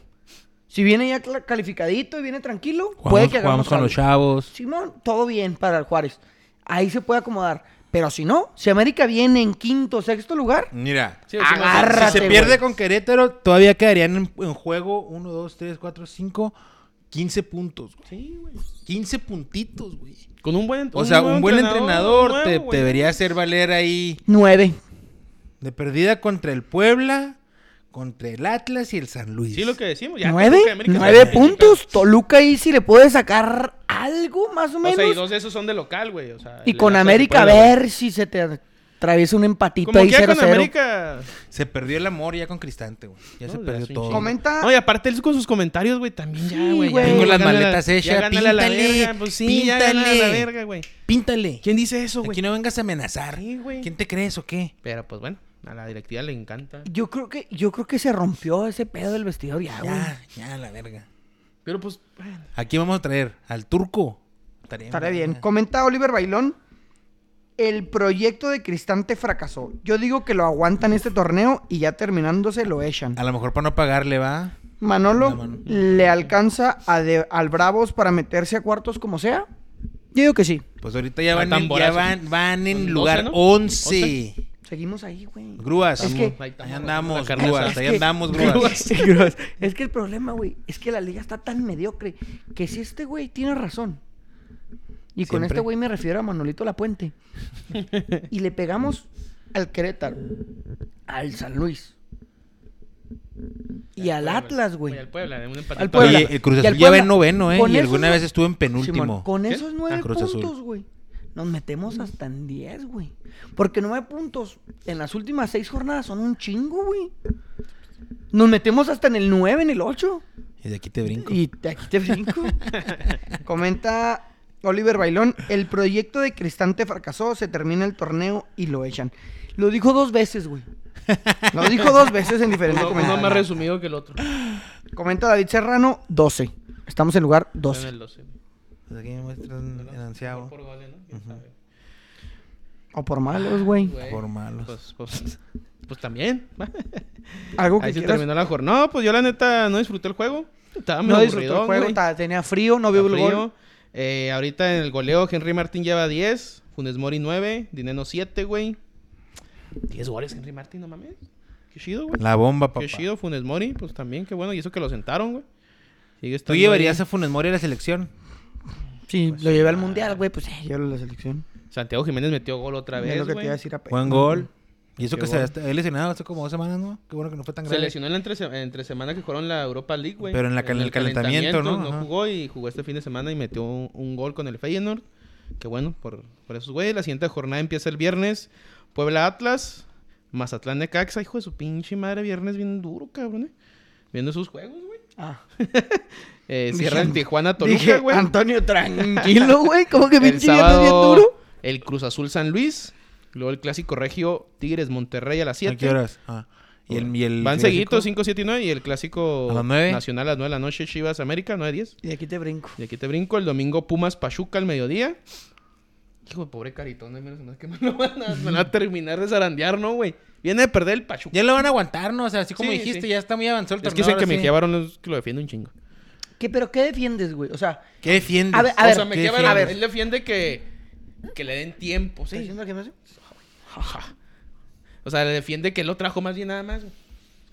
Si viene ya cla- calificadito y viene tranquilo, puede
Jugamos,
que
jugamos
hagamos
con
algo.
los chavos.
Simón, todo bien para el Juárez. Ahí se puede acomodar. Pero si no, si América viene en quinto o sexto lugar,
Mira,
Sí, o sea,
Agárrate,
si se
güey.
pierde con Querétaro, todavía quedarían en, en juego 1, 2, 3, 4, 5, 15 puntos. güey.
Sí, güey.
15 puntitos, güey.
Con un buen
O sea,
nuevo
un buen entrenador,
nuevo,
te, te
güey.
debería hacer valer ahí
nueve.
de perdida contra el Puebla, contra el Atlas y el San Luis.
Sí, lo que decimos. Ya,
¿Nueve?
Toluca y América
Nueve
están
puntos. Toluca ahí sí le puede sacar algo más o
calificados. O sea, y
menos.
dos de esos son de local, güey. O sea,
y
le
con
das
América a
Puebla, güey.
ver si se te atraviesa un empatito
Como
ahí
que ya con
0-0.
América.
Se perdió el amor ya con Cristante, güey. Ya
No,
se
ya
perdió
es un
todo.
chingo.
Comenta-
Comenta.
No, y aparte él con sus comentarios, güey, también
Sí,
ya, güey. ya,
güey. Tengo
ya
las
gánale a la-
maletas hechas,
ya gánale a la
píntale,
verga, pues sí, ya
píntale.
gánale a la verga, güey.
Píntale.
¿Quién dice eso, güey?
Aquí no vengas a amenazar.
Sí, güey.
¿Quién te crees o qué?
Pero pues bueno, a la directiva le encanta.
Yo creo que, yo creo que se rompió ese pedo del vestidor ya, güey.
Ya, ya, la verga.
Pero pues, bueno.
Aquí vamos a traer al turco. Estaría,
Estaré bien.
verga.
Comenta Oliver Bailón. El proyecto de Cristante fracasó. Yo digo que lo aguantan este torneo y ya terminándose lo echan.
A lo mejor para no pagarle, va.
Manolo
Ah, La mano.
le alcanza a de- al Bravos para meterse a cuartos como sea. Yo digo que sí.
Pues ahorita ya
Al
van en, ya
tamborazo.
van, van en
Son
lugar
12, ¿no?
11.
Seguimos ahí, güey.
Grúas.
Es que-
Ahí estamos,
Ahí andamos,
la carne
grúas.
asada.
Ahí
Es que-
andamos, grúas.
Grúas. es que el problema, güey, es que la liga está tan mediocre que si este güey tiene razón. Y con
Siempre.
este güey me refiero a Manolito La Puente. y le pegamos al Querétaro, al San Luis y al
Puebla,
Atlas, güey.
Oye, Al Puebla, de un empatito.
Al Puebla.
Oye, el Cruz
Y al
Azul ya va en
Puebla.
noveno, ¿eh?
Con
Y
esos
alguna
no-
vez estuvo en
Simón,
penúltimo.
con
¿Qué?
esos nueve
Ah, Cruz Azul.
puntos, güey. Nos metemos hasta en diez, güey. Porque nueve puntos en las últimas seis jornadas son un chingo, güey. Nos metemos hasta en el nueve, en el ocho.
Y de aquí te brinco.
Y te- aquí te brinco.
Comenta Oliver Bailón, el proyecto de Cristante fracasó, se termina el torneo y lo echan. Lo dijo dos veces, güey. Lo dijo dos veces en diferentes
Uno, uno más
comentarios.
resumido que el otro.
Comenta David Serrano, 12. Estamos en lugar 12.
En el 12.
Pues aquí me muestran el
Gol
ansiado.
Por goles, ¿no? ¿Quién sabe?
O por malos, güey.
Güey,
Por malos.
Pues, pues, pues también.
Algo que
Ahí se
quieras.
terminó la jornada. No, pues yo la neta no disfruté el juego. Estaba medio
No disfrutó el
aburridón,
juego,
güey.
ta- tenía frío, no vio el
Está
gol.
frío. Eh, ahorita en el goleo, Henry Martín lleva 10, Funes Mori 9, Dineno 7, güey. 10 goles, Henry Martín, no mames. Qué chido, güey.
La bomba, papá.
Qué chido, Funes Mori, pues también, qué bueno. Y eso que lo sentaron, güey. Sigue
¿Tú
estando
llevarías
ahí.
a Funes Mori a la selección?
Sí, lo llevé al mundial, güey, pues eh, yo la selección.
Santiago Jiménez metió gol otra
Es
vez,
lo que te
güey.
iba a decir apenas.
Buen gol. Y eso
Qué
que se
gol.
hasta- había lesionado hace como dos semanas, ¿no? Qué bueno que no fue tan
Se
grave.
lesionó en la entre, entre semana que jugaron la Europa League, güey.
Pero en la cal- el calentamiento, ¿no? Ajá.
jugó y jugó este fin de semana y metió un, un gol con el Feyenoord. Que bueno, por, por esos güey. La siguiente jornada empieza el viernes. Puebla Atlas, Mazatlán de Caxa. Hijo de su pinche madre, viernes bien duro, cabrón. eh. Viendo sus juegos, güey.
Ah.
Eh,
Dije-
cierra en Tijuana
Dije,
Toluca, güey.
Antonio, tranquilo, güey. ¿Cómo que
El
pinche viernes bien
sábado,
duro?
el Cruz Azul San Luis. Luego el clásico regio Tigres Monterrey a las
¿A qué
7.
horas? Ah. ¿Y el, y el
Van
clásico?
seguidos 5, 7 y 9. Y el clásico
A las nueve.
nacional a las 9 de la noche, Chivas América, 9 10.
Y aquí te brinco.
Y aquí te brinco. El domingo Pumas Pachuca al mediodía. Hijo de pobre caritón, ay, menos mal que me lo van a, me lo van a terminar de zarandear, ¿no, güey? Viene de perder el Pachuca.
Ya lo van a aguantar, ¿no? O sea, así como
Sí,
dijiste,
sí.
ya está muy avanzado el
Es
torneo.
que dicen que
ahora
me
sí.
llevaron los que lo defiende un chingo.
¿Qué, pero qué defiendes, güey? O sea,
¿Qué defiendes?
A ver, a
o
ver,
sea, me
¿qué
llevaron-
defiendes?
Él defiende que, que le den tiempo,
¿estás
sí.
yendo al gimnasio?
O sea, le defiende que él lo trajo más bien nada más. güey.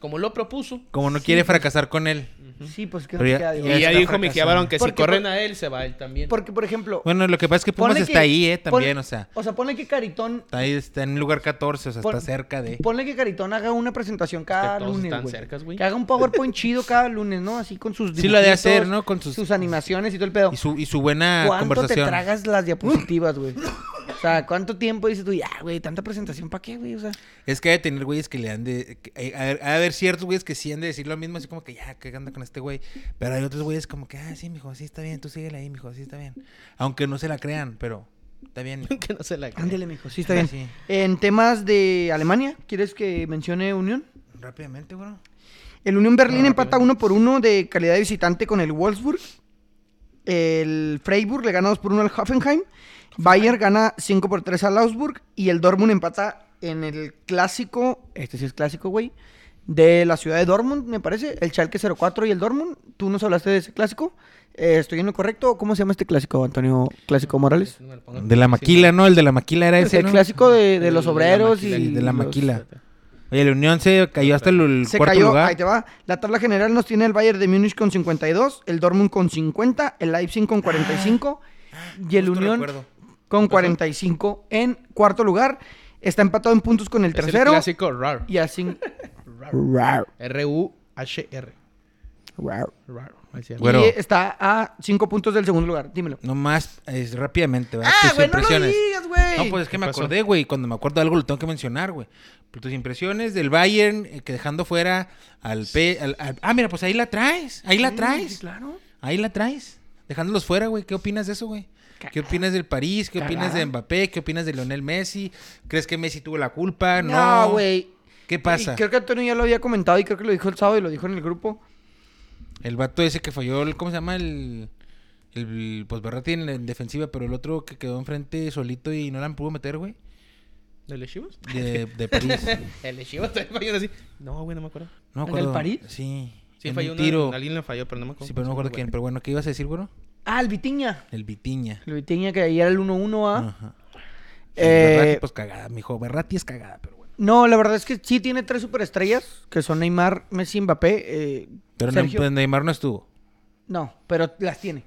Como lo propuso.
Como no quiere fracasar con él.
Sí, pues que no
Pero
te
ya-
queda de
ya
otra.
Y ya
está
dijo me
fracasando.
llevaron que si
Porque-
corren a él, se va él también.
Porque, por ejemplo,
Bueno, lo que pasa es que Pumas
ponle
está
que-
ahí, ¿eh?
pon-
También, o sea.
O sea, ponle que Caritón.
Está ahí, está en lugar 14, o sea,
pon-
está cerca de...
Ponle que Caritón haga una presentación
ah,
Es
cada
que todos
lunes.
están
güey.
cercas, güey.
Que haga un PowerPoint chido cada lunes, ¿no? Así con sus.
Sí lo ha de
dibujitos,
hacer, ¿no? Con sus-
Sus animaciones y todo el pedo.
Y su, y su buena
¿Cuánto te
conversación.
tragas las diapositivas, güey? O sea, ¿cuánto tiempo dices tú, ya, güey, tanta presentación para qué, güey? O sea,
Es que hay de tener güeyes que le han de... que- hay- hay- ha de haber ciertos güeyes que sí han de decir lo mismo, así como que ya, ¿qué anda con este güey? Pero hay otros güeyes como que, ah, sí, mijo, sí está bien, tú síguele ahí, mijo, sí está bien. Aunque no se la crean, pero está bien. mijo.
que no se
Ah,
la cree.
ándele, mijo, sí está bien.
Sí.
En temas de Alemania, ¿quieres que mencione Unión?
Rápidamente, bro.
El Unión Berlín
No,
empata
rápidamente.
uno por uno de calidad de visitante con el Wolfsburg. El Freiburg le gana 2 por 1 al Hoffenheim. Bayern gana 5 por 3 al Augsburg. Y el Dortmund empata en el clásico, este sí es clásico, güey, de la ciudad de Dortmund, me parece. El Schalke 04 y el Dortmund. Tú nos hablaste de ese clásico. Eh, ¿Estoy en lo correcto? ¿Cómo se llama este clásico, Antonio? ¿Clásico Morales?
No me lo pongas.
De la maquila, ¿no? El de la maquila era
Es
ese,
el
¿no?
clásico de, de
El
los
de la
obreros
maquila,
y
el de la
los-
maquila. Oye, la Unión se cayó hasta el, el
Se
cuarto
cayó,
lugar.
ahí te va. La tabla general nos tiene el Bayern de Múnich con 52, el Dortmund con 50, el Leipzig con 45 y el
Justo
Unión
recuerdo.
con 45 en cuarto lugar. Está empatado en puntos con el
Es el
tercero
clásico RAR.
y así
R-U-H-R. Raro. ahí se llama.
Güero.
y está a 5 puntos del segundo lugar. Dímelo.
Nomás, es rápidamente, ¿verdad?
Ah,
Tus
güey, no lo
impresiones.
digas, güey.
No, pues es que
¿Qué
me
pasó?
acordé, güey. Cuando me acuerdo de algo lo tengo que mencionar, güey. Pero Tus impresiones del Bayern, eh, que dejando fuera al, P, al- al- Ah, mira, pues ahí la traes. Ahí la traes.
Claro.
Ahí la traes. Dejándolos fuera, güey. ¿Qué opinas de eso, güey? ¿Qué opinas del París? ¿Qué opinas de Mbappé? ¿Qué opinas de Lionel Messi? ¿Crees que Messi tuvo la culpa? Ah, No,
No, güey.
¿Qué pasa?
Y creo que Antonio ya lo había comentado y creo que lo dijo el sábado y lo dijo en el grupo.
El vato ese que falló, el- ¿cómo se llama? El, el pues Berratti en, la- en defensiva, pero el otro que quedó enfrente solito y no la pudo meter, güey.
¿El de Chivas?
De, de París.
El de Chivas también falló así. No, güey, no me acuerdo.
No me
¿El del
acuerdo.
París?
Sí.
Sí,
en
falló
un
una-
tiro.
Alguien le falló, pero no me acuerdo.
Sí, pero no me acuerdo quién. Pero bueno, ¿qué ibas a decir, güero?
Ah, el Vitiña.
El Vitiña.
El Vitiña que ayer era el ¿ah? 1-1 a...
Ajá.
Eh,
Berratti, pues cagada, mijo. Berratti es cagada, pero bueno.
No, la verdad es que sí tiene tres superestrellas, que son Neymar, Messi, Mbappé. eh,
Pero no,
Sergio-
pues, Neymar no estuvo.
no, pero las tiene.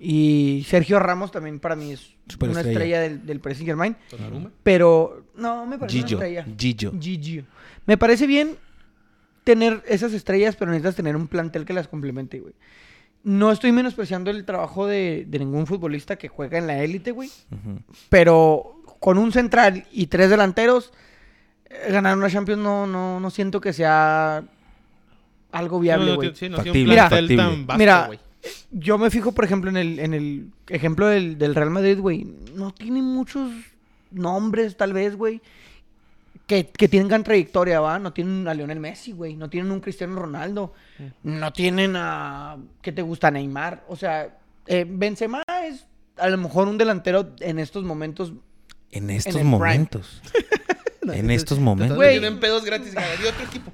Y Sergio Ramos también para mí es una
Superestrella.
estrella del, del Paris Saint Germain.
Donnarumma.
Pero no, me parece
Gillo,
una estrella.
Gillo.
Gillo. Me parece bien tener esas estrellas, pero necesitas tener un plantel que las complemente, güey. No estoy menospreciando el trabajo de, de ningún futbolista que juega en la élite, güey.
Ujú.
Pero con un central y tres delanteros, eh, ganar una Champions no, no, no siento que sea algo
No,
viable,
no
güey.
tiene- sí, no tiene
Factible,
un plantel
factible. ¿Eh?
tan vasto,
Mira,
güey.
Yo me fijo, por ejemplo, en el, en el ejemplo del, del Real Madrid, güey. No tiene muchos nombres, tal vez, güey. Que, que tengan trayectoria, ¿va? No tienen a Lionel Messi, güey. No tienen un Cristiano Ronaldo.
Mm.
No tienen a... ¿Qué te gusta? Neymar. O sea, eh, Benzema es a lo mejor un delantero en estos momentos.
En estos
el Prime.
momentos. en estos momentos.
Güey.
Tienen pedos gratis, güey, de otro equipo.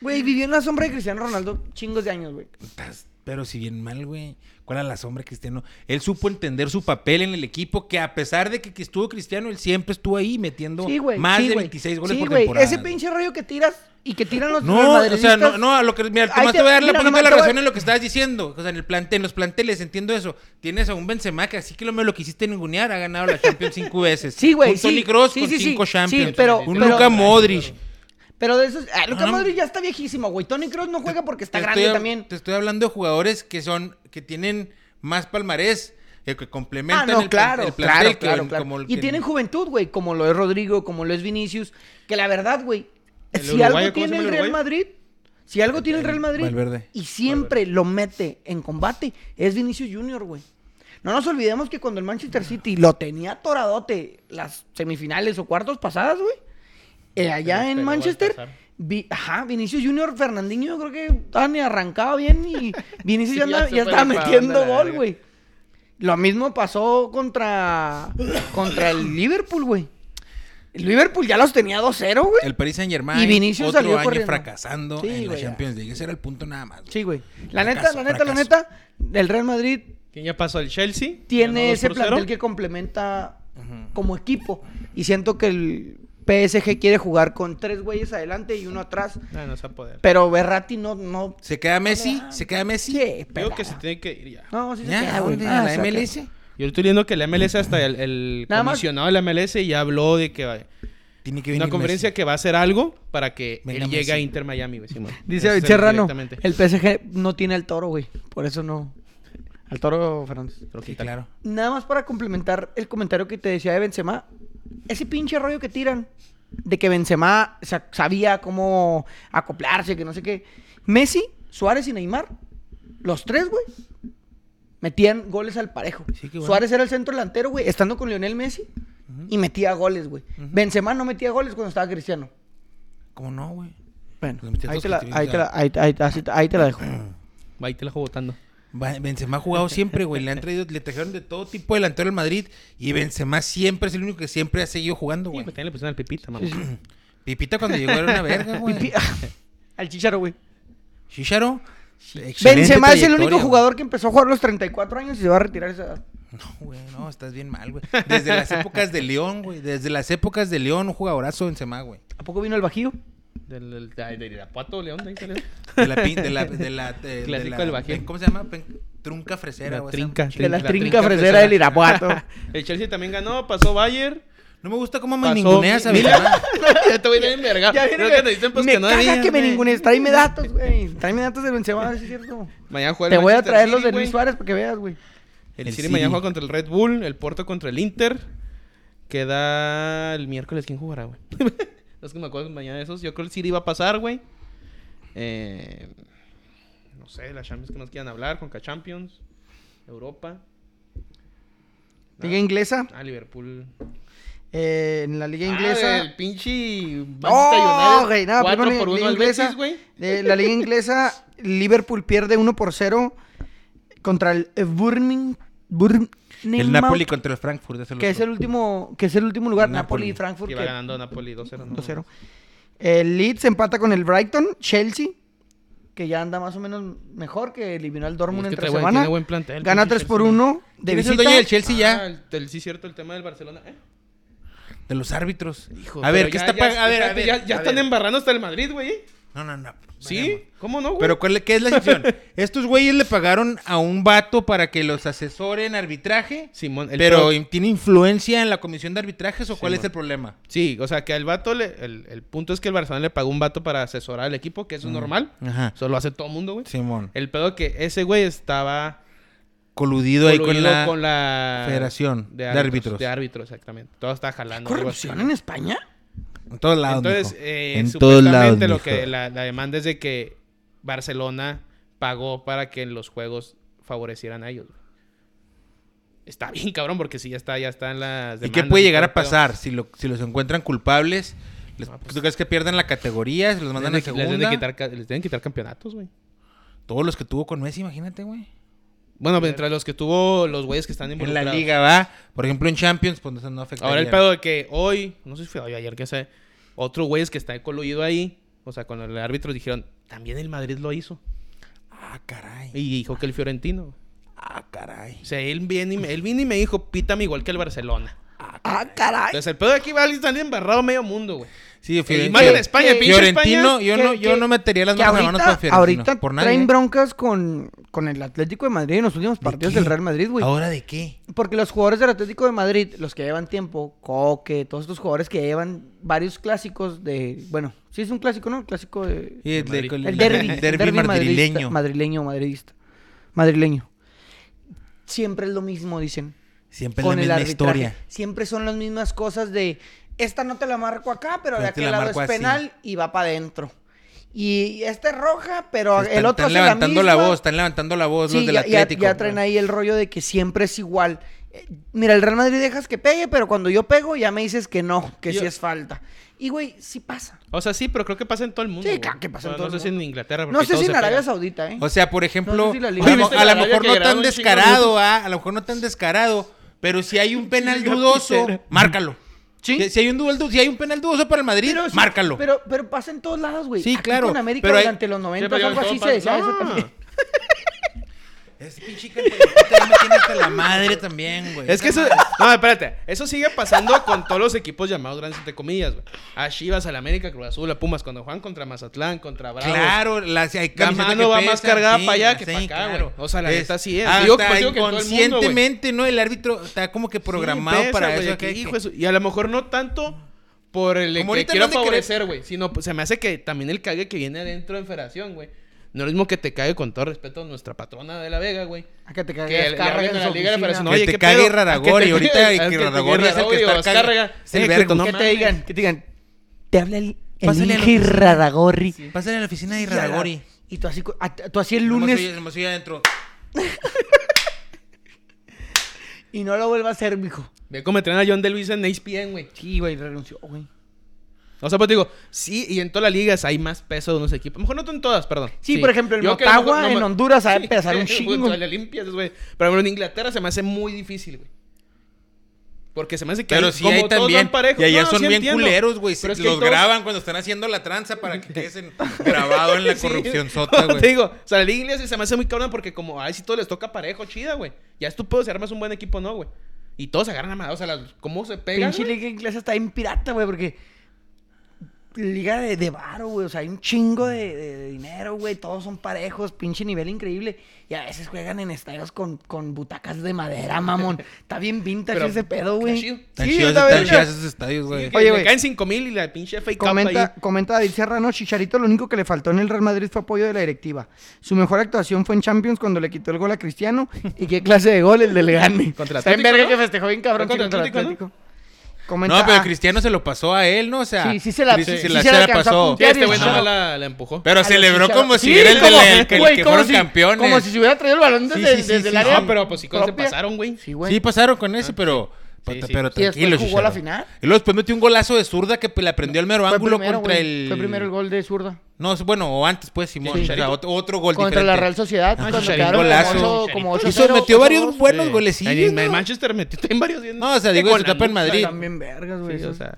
Güey, vivió en la sombra de Cristiano Ronaldo chingos de años, güey.
Estás- Pero si bien mal, güey. ¿Cuál era la sombra, Cristiano? Él supo entender su papel en el equipo, que a pesar de que estuvo Cristiano, él siempre estuvo ahí metiendo
Sí, güey.
más
sí,
de
güey.
26 goles
Sí,
por
güey.
temporada.
Ese pinche rollo que tiras y que tiran los
No, o sea,
madridistas.
no, no, a lo que. Mira,
Ahí
nomás
te-
te, voy a dar la
mira,
punta
nomás
de la
te voy-
razón en lo que estabas diciendo. O sea, en, el plante, en los planteles, entiendo eso. Tienes a un Benzema que así que lo, me lo quisiste ningunear, ha ganado la Champions cinco veces.
Sí, güey,
Un
sí.
Toni Kroos
Sí,
con
sí, sí.
cinco
Sí,
Champions.
pero-
un
pero-
Luka Modric.
Pero de esos. Ah, Luca
No, no.
Modric ya está viejísimo, güey. Tony Cross no juega porque está
Te
grande
estoy-
también.
Te estoy hablando de jugadores que son, que tienen más palmarés, que, que
Ah,
complementan
no,
el, plan-
claro,
el plantel
claro,
que-
claro, claro.
como el
Y
que-
tienen juventud, güey, como lo es Rodrigo, como lo es Vinicius. Que la verdad, güey,
El
si
uruguayo,
algo
¿cómo se
tiene
llama
el
el
Real
uruguayo?
Madrid, si algo tiene el Real Madrid
Valverde.
y siempre lo mete en combate, es Vinicius Junior, güey. No nos olvidemos que cuando el Manchester City lo tenía toradote las semifinales o cuartos pasadas, güey, eh,
le
allá en
pegó
Manchester,
Baltasar.
vi- ajá, Vinicius Junior, Fernandinho, yo creo que estaban ni arrancado bien y Vinicius ya,
Sí, ya
andaba-
se
ya
fue
estaba
para la
metiendo
banda, la
gol,
verga.
güey. Lo mismo pasó contra, contra el Liverpool, güey. El Liverpool ya los tenía 2-0, güey.
El Paris Saint Germain.
Y Vinicius
otro
salió
año
corriendo.
fracasando
Sí,
en la
güey, ya.
Champions League. Ese era el punto nada más. güey.
Sí, güey. La neta,
Fracaso,
la neta, la
fracaso.
neta, el Real Madrid
¿Quién ya pasó al Chelsea?
tiene
Ganó
ese
2 por 0.
plantel que complementa como equipo. Y siento que el PSG quiere jugar con tres güeyes adelante y uno atrás.
Ah, no se va a poder.
Pero Berratti no... no
Se queda Messi, se queda Messi.
sí,
Digo que
pelada.
se tiene que ir ya.
No, sí se
Ya,
queda,
¿a
güey.
dónde?
Ah,
¿A
se
la
va a quedar.
MLS?
Yo estoy leyendo que la MLS, hasta el, el
Nada más.
comisionado de la MLS ya habló de que va-
Tiene que venir
una conferencia
Messi.
que va a hacer algo para que
Venga,
él llegue a
Messi.
Inter Miami, güey. Simón. Ese
Dice
es
Serrano,
Este, directamente.
el PSG no tiene al toro, güey. Por eso no. Al toro Fernández.
Pero
Sí,
quítale.
claro.
Nada más para complementar el comentario que te decía de Benzema. Ese pinche rollo que tiran de que Benzema sa- sabía cómo acoplarse, que no sé qué. Messi, Suárez y Neymar, los tres, güey, metían goles al parejo.
Sí, qué bueno.
Suárez era el centro delantero, güey, estando con Lionel Messi y metía goles, güey. Benzema no metía goles cuando estaba Cristiano.
¿Cómo no, güey?
Bueno,
Los Pues metía
ahí
todos
te, la,
que
ahí, te la,
tuvieron.
ahí, ahí- así- ahí te la dejo.
Va, ahí te la juego votando.
Va- Benzema ha jugado siempre, güey. Le han traído, le trajeron de todo tipo de delantero al Madrid. Y Benzema siempre es el único que siempre ha seguido jugando,
Sí,
güey.
pues también le pusieron al Pipita, mamá.
Pipita cuando llegó era una verga, güey.
Pipi- Al chicharo, güey.
Chicharo.
Benzema es el
trayectoria,
único
güey.
jugador que empezó a jugar a los 34 años y se va a retirar a esa edad.
No, güey, no, estás bien mal, güey. Desde las épocas de León, güey. Desde las épocas de León, un jugadorazo Benzema, güey.
¿A poco vino el bajío?
Del, del, ay, de Irapuato, León, de ahí salió.
De la pin- de la, de la, de- de
Clásico
la-
del Bajío.
pen- ¿Cómo se llama? Pen- trunca fresera,
La
güey,
trinca,
esa
De la
La
trinca
trinca
fresera
fresera.
del Irapuato.
El Chelsea también ganó, pasó Bayern.
No me gusta cómo me
Pasó
ninguneas a
Milan.
Benzema.
ya te voy a ir en verga.
Ya viene,
Creo que te dicen, pues,
me
que no
caga
debían,
que me
güey.
ningunees. Tráeme datos, güey. Tráeme datos del Benzema, a ver si es cierto.
Mañana juega el
Te voy a
Manchester
traer los
City,
de Luis
güey.
Suárez para que veas, güey.
El,
El
City,
City.
mañana juega contra el Red Bull, el Porto contra el Inter. Queda el miércoles, ¿quién jugará, güey? no es que me acuerdo mañana de esos. Yo creo que el City va a pasar, güey. Eh, no sé, las Champions que nos quieran hablar, Conca Champions, Europa.
Liga inglesa.
Ah, Liverpool.
eh, en la Liga inglesa.
Ah, el pinche
No, güey, no,
4
primero
por
Liga
1 al
inglesa.
Betis, güey.
De la liga inglesa, Liverpool pierde 1 por 0 contra el eh, Birmingham. Birmingham,
El Napoli contra el Frankfurt. ese lo
que es
otro.
el último, que es el último lugar,
Napoli.
Napoli, y Frankfurt.
Que va
que-
ganando Napoli 2-0. ¿no?
2-0. El Leeds empata con el Brighton, Chelsea, que ya anda más o menos mejor, que eliminó al Dortmund
Es que
entre
trae buen-
semana.
tiene buen plantel,
Gana
pinche
3 por
Chelsea.
1 de
¿Quién es el
visita.
dueño del Chelsea
Ah,
ya?
el- el- sí, cierto, el tema del Barcelona. ¿eh?
De los árbitros.
Hijo,
a ver,
pero
¿qué
ya-
está
ya-
pagando? A ver, a
espérate,
ver.
Ya, ya
a
están
ver.
embarrando hasta el Madrid, güey. ¿eh?
No, no, no.
¿Sí?
vayamos.
¿Cómo no, güey?
Pero ¿cuál, ¿qué es la situación? Estos güeyes le pagaron a un vato para que los asesore en arbitraje.
Simón, el
pero
pro-
¿tiene influencia en la comisión de arbitrajes o cuál
Simón.
es el problema?
Sí, o sea, que al vato le... El, el punto es que el Barcelona le pagó un vato para asesorar al equipo, que eso
Mm.
es normal.
Ajá.
Eso lo hace todo mundo, güey.
Simón.
El pedo que ese güey estaba
Coludido ahí con
coludido
la,
con la
Federación de Árbitros.
De árbitros, exactamente. Todo está jalando. algo así.
¿Corrupción en España?
En todos lados.
Entonces,
mijo.
eh,
en todos
supuestamente
lados.
lo
mijo.
que la, la demanda es de que Barcelona pagó para que en los juegos favorecieran a ellos. güey. Está bien, cabrón, porque si ya está, ya están las
¿Y qué
demandas
puede llegar
todo
a
el pedo.
pasar? Si, lo- si los encuentran culpables, les-
Ah, pues.
¿tú crees que pierdan la categoría? ¿Se los
Les
mandan a
deben, de- les deben
segunda?
de quitar, ca- les deben quitar campeonatos, güey.
Todos los que tuvo con Messi, imagínate, güey.
Bueno, mientras los que tuvo los güeyes que están
En la
involucrados.
liga, va. Por ejemplo, en Champions, pues eso no afecta.
Ahora el pedo de que hoy, no sé si fue hoy o ayer, que sé, otro güey es que está coludido ahí, o sea, con el árbitro dijeron, también el Madrid lo hizo.
Ah, caray.
Y dijo que el Fiorentino.
Ah, caray.
O sea, él viene y me, él vino y me dijo, pítame igual que el Barcelona.
Ah, caray.
Entonces el pedo de aquí va a estar embarrado medio mundo, güey.
Sí, Eh,
Y Eh, más en España, pinche
Fiorentino,
España,
yo, no,
que-
yo no metería las
Que
manos en la mano
ahorita,
para Fiorentino.
ahorita
por nadie. ¿eh?
traen broncas con, con el Atlético de Madrid en los últimos
¿De
partidos
qué?
del Real Madrid, güey.
¿Ahora de qué?
Porque los jugadores del Atlético de Madrid, los que llevan tiempo, Coque, todos estos jugadores que llevan varios clásicos de. Bueno, sí es un clásico, ¿no? El clásico de.
Sí,
Madrid.
con
El derby,
derbi
el derbi
madrileño.
madridista- Madrileño, madridista. Madrileño. Siempre es lo mismo, dicen.
Siempre es la
con el
misma
arbitraje.
historia.
Siempre son las mismas cosas de. Esta no te la marco acá, pero
Pero
de
te
aquel
la
lado
marco
es
así.
penal y va para adentro. Y esta es roja, pero
Están,
el otro
están
hace la
levantando la,
misma.
voz, están levantando la voz los
Sí,
del
ya, ya-
Atlético.
ya traen ahí el rollo de que siempre es igual. Eh, Mira, el Real Madrid dejas que pegue, pero cuando yo pego ya me dices que no, que
Yo-
sí es falta. Y güey, sí pasa.
O sea, sí, pero creo que pasa en todo el mundo.
Sí,
güey.
claro que pasa en
No-
todo el
No sé si en
mundo.
Inglaterra.
No
porque
sé
todos
si
se
en Arabia
pegan.
Saudita, ¿eh?
O sea, por ejemplo,
No sé si la
a,
liga-
lo-
¿Viste la
a lo
raya
mejor
que
no
llegaron
tan
un chingo de
descarado,
minutos?
ah, a lo mejor no tan descarado, pero si hay un penal
Chinga
dudoso,
pitera.
márcalo.
Sí.
Si, si hay un duel du- si hay un penal dudoso para el Madrid,
Pero sí-
márcalo.
Pero, pero pasa en todos lados, güey.
Sí,
Aquí
claro,
Con América
pero hay-
durante los 90
Sí, pero
algo
yo-
así
yo-
se decía
no.
eso también.
Ese pinche cantarito ya me tiene hasta la madre también, güey.
Es que eso. No, espérate. Eso sigue pasando con todos los equipos llamados grandes, entre comillas, güey. A Chivas, al América, Cruz Azul, a Pumas, cuando juegan contra Mazatlán, contra Bravos.
Claro, la, si hay
La
camiseta
mano
que
va más
pesa,
cargada
sí,
para allá que
sí,
para acá, güey.
claro.
O sea, la neta sí es.
hasta
Digo, pues, digo que en todo el mundo, güey.
inconscientemente, ¿no? El árbitro está como que programado
Sí, pesa,
para
güey,
eso.
de que,
que-
hijo
que-
de su- Y a lo mejor no tanto por el
Como
que
ahorita
quiero
no han de
favorecer, güey. Sino pues, se me hace que también el cague que viene adentro en Federación, güey. No es lo mismo que te cague con todo respeto a nuestra patrona de la Vega, güey.
A que te
Que le-
cagas
le hablen a la Liga de la Federación.
Que
Oye,
te
¿qué
cague
pedo?
Iraragorri,
A que te-
ahorita, y
a
que
te-
Iraragorri es el que está
o Azcárraga.
cague- es el
Eh, que
vergo.
tú no
Que te
mames.
digan, que te digan. Te habla el, el
Pásale a la
Inge
oficina.
Radagorri.
Pásale a la oficina de
Y a la-
Irragori.
Y tú así, co- a- tú así el lunes
Nomás oye adentro.
y no lo vuelvas a hacer, mijo.
Ve cómo traen a John de Luis en ESPN, güey.
Sí, güey, renunció, güey.
O sea, pues digo, sí, y en todas las ligas hay más peso de unos equipos. A lo Mejor no en todas, perdón.
Sí, por ejemplo, en
Yo que a lo
Motagua,
mejor
en
me-
Honduras, ha de pesar un chingo.
junto a la Olimpias, güey. Pero bueno, en Inglaterra se me hace muy difícil, güey. Porque se me hace que
Pero
ahí,
sí
como
hay
todos van
también.
parejos.
Y allá
No,
son
sí
bien
entiendo.
culeros, güey.
Pero
Se-
es que
Los
todos-
graban cuando están haciendo la tranza para que queden grabado en la
Sí.
corrupción
No,
sota,
Te
güey.
digo, o sea, la Liga Inglesa se me hace muy cabrona porque como, ay, si todos les toca parejo, chida, güey. Ya es tu pedo si armas un buen equipo, no, güey. Y todos se agarran a madre. O sea, las- ¿cómo se pegan,
Pinche
güey?
liga inglesa está bien pirata, güey, porque. Liga de, de varo, güey. O sea, hay un chingo de, de- de dinero, güey. Todos son parejos, pinche nivel increíble. Y a veces juegan en estadios con, con butacas de madera, mamón. Está bien vintage
Pero
ese pedo,
está
güey.
chido.
Tan
Sí,
chidos
está
tan
verga.
chidas esos estadios, güey.
Que
Oye,
le
güey.
caen 5 mil y la pinche fake
Comenta, comenta David Serrano, Chicharito, lo único que le faltó en el Real Madrid fue apoyo de la directiva. Su mejor actuación fue en Champions cuando le quitó el gol a Cristiano. ¿Y qué clase de gol el del Gane?
Contra
Está en
Atlético,
verga
¿no?
que festejó bien cabrón
Fue
sí,
contra
contra
Atlético,
Atlético. Comenta,
No, pero
ah,
Cristiano se lo pasó a él, ¿no? O sea,
Sí, sí se la-
Cristi-
sí,
se
sí
la,
se
se
la
la
alcanzó a
pasó.
puntear.
este güey
Ajá.
solo la, la empujó.
Pero
a los
celebró
Chicharito.
como si
Sí,
era el, de
como-
la- el que- el
güey,
que
como
fueron
si-
campeones.
Como si se hubiera traído el balón desde,
Sí, sí, sí,
desde el
sí,
área.
sí.
No, pero pues sí, ¿cómo se
propia.
pasaron, güey?
Sí, güey.
Sí, pasaron con ese, pero. pa-
Sí, sí.
Pero
Y después
tranquilo,
jugó
Chicharro.
la final.
Y luego después metió un golazo de zurda que le prendió el mero
Fue
ángulo
primero,
contra
güey.
el.
Fue primero el gol de zurda.
No, bueno, o antes, pues, Simón.
Sí.
O sea, otro, otro gol
Contra la Real
diferente.
Sociedad.
Ah,
cuando
Chicharito,
quedaron
golazo.
como ocho- como 8
Hizo- metió varios buenos golecillos.
En
¿no?
el Manchester metió también varios bien.
No, o sea, digo,
con
se
la
tapa en
nuca,
Madrid.
También vergas, güey.
Sí, o
esos-
sea,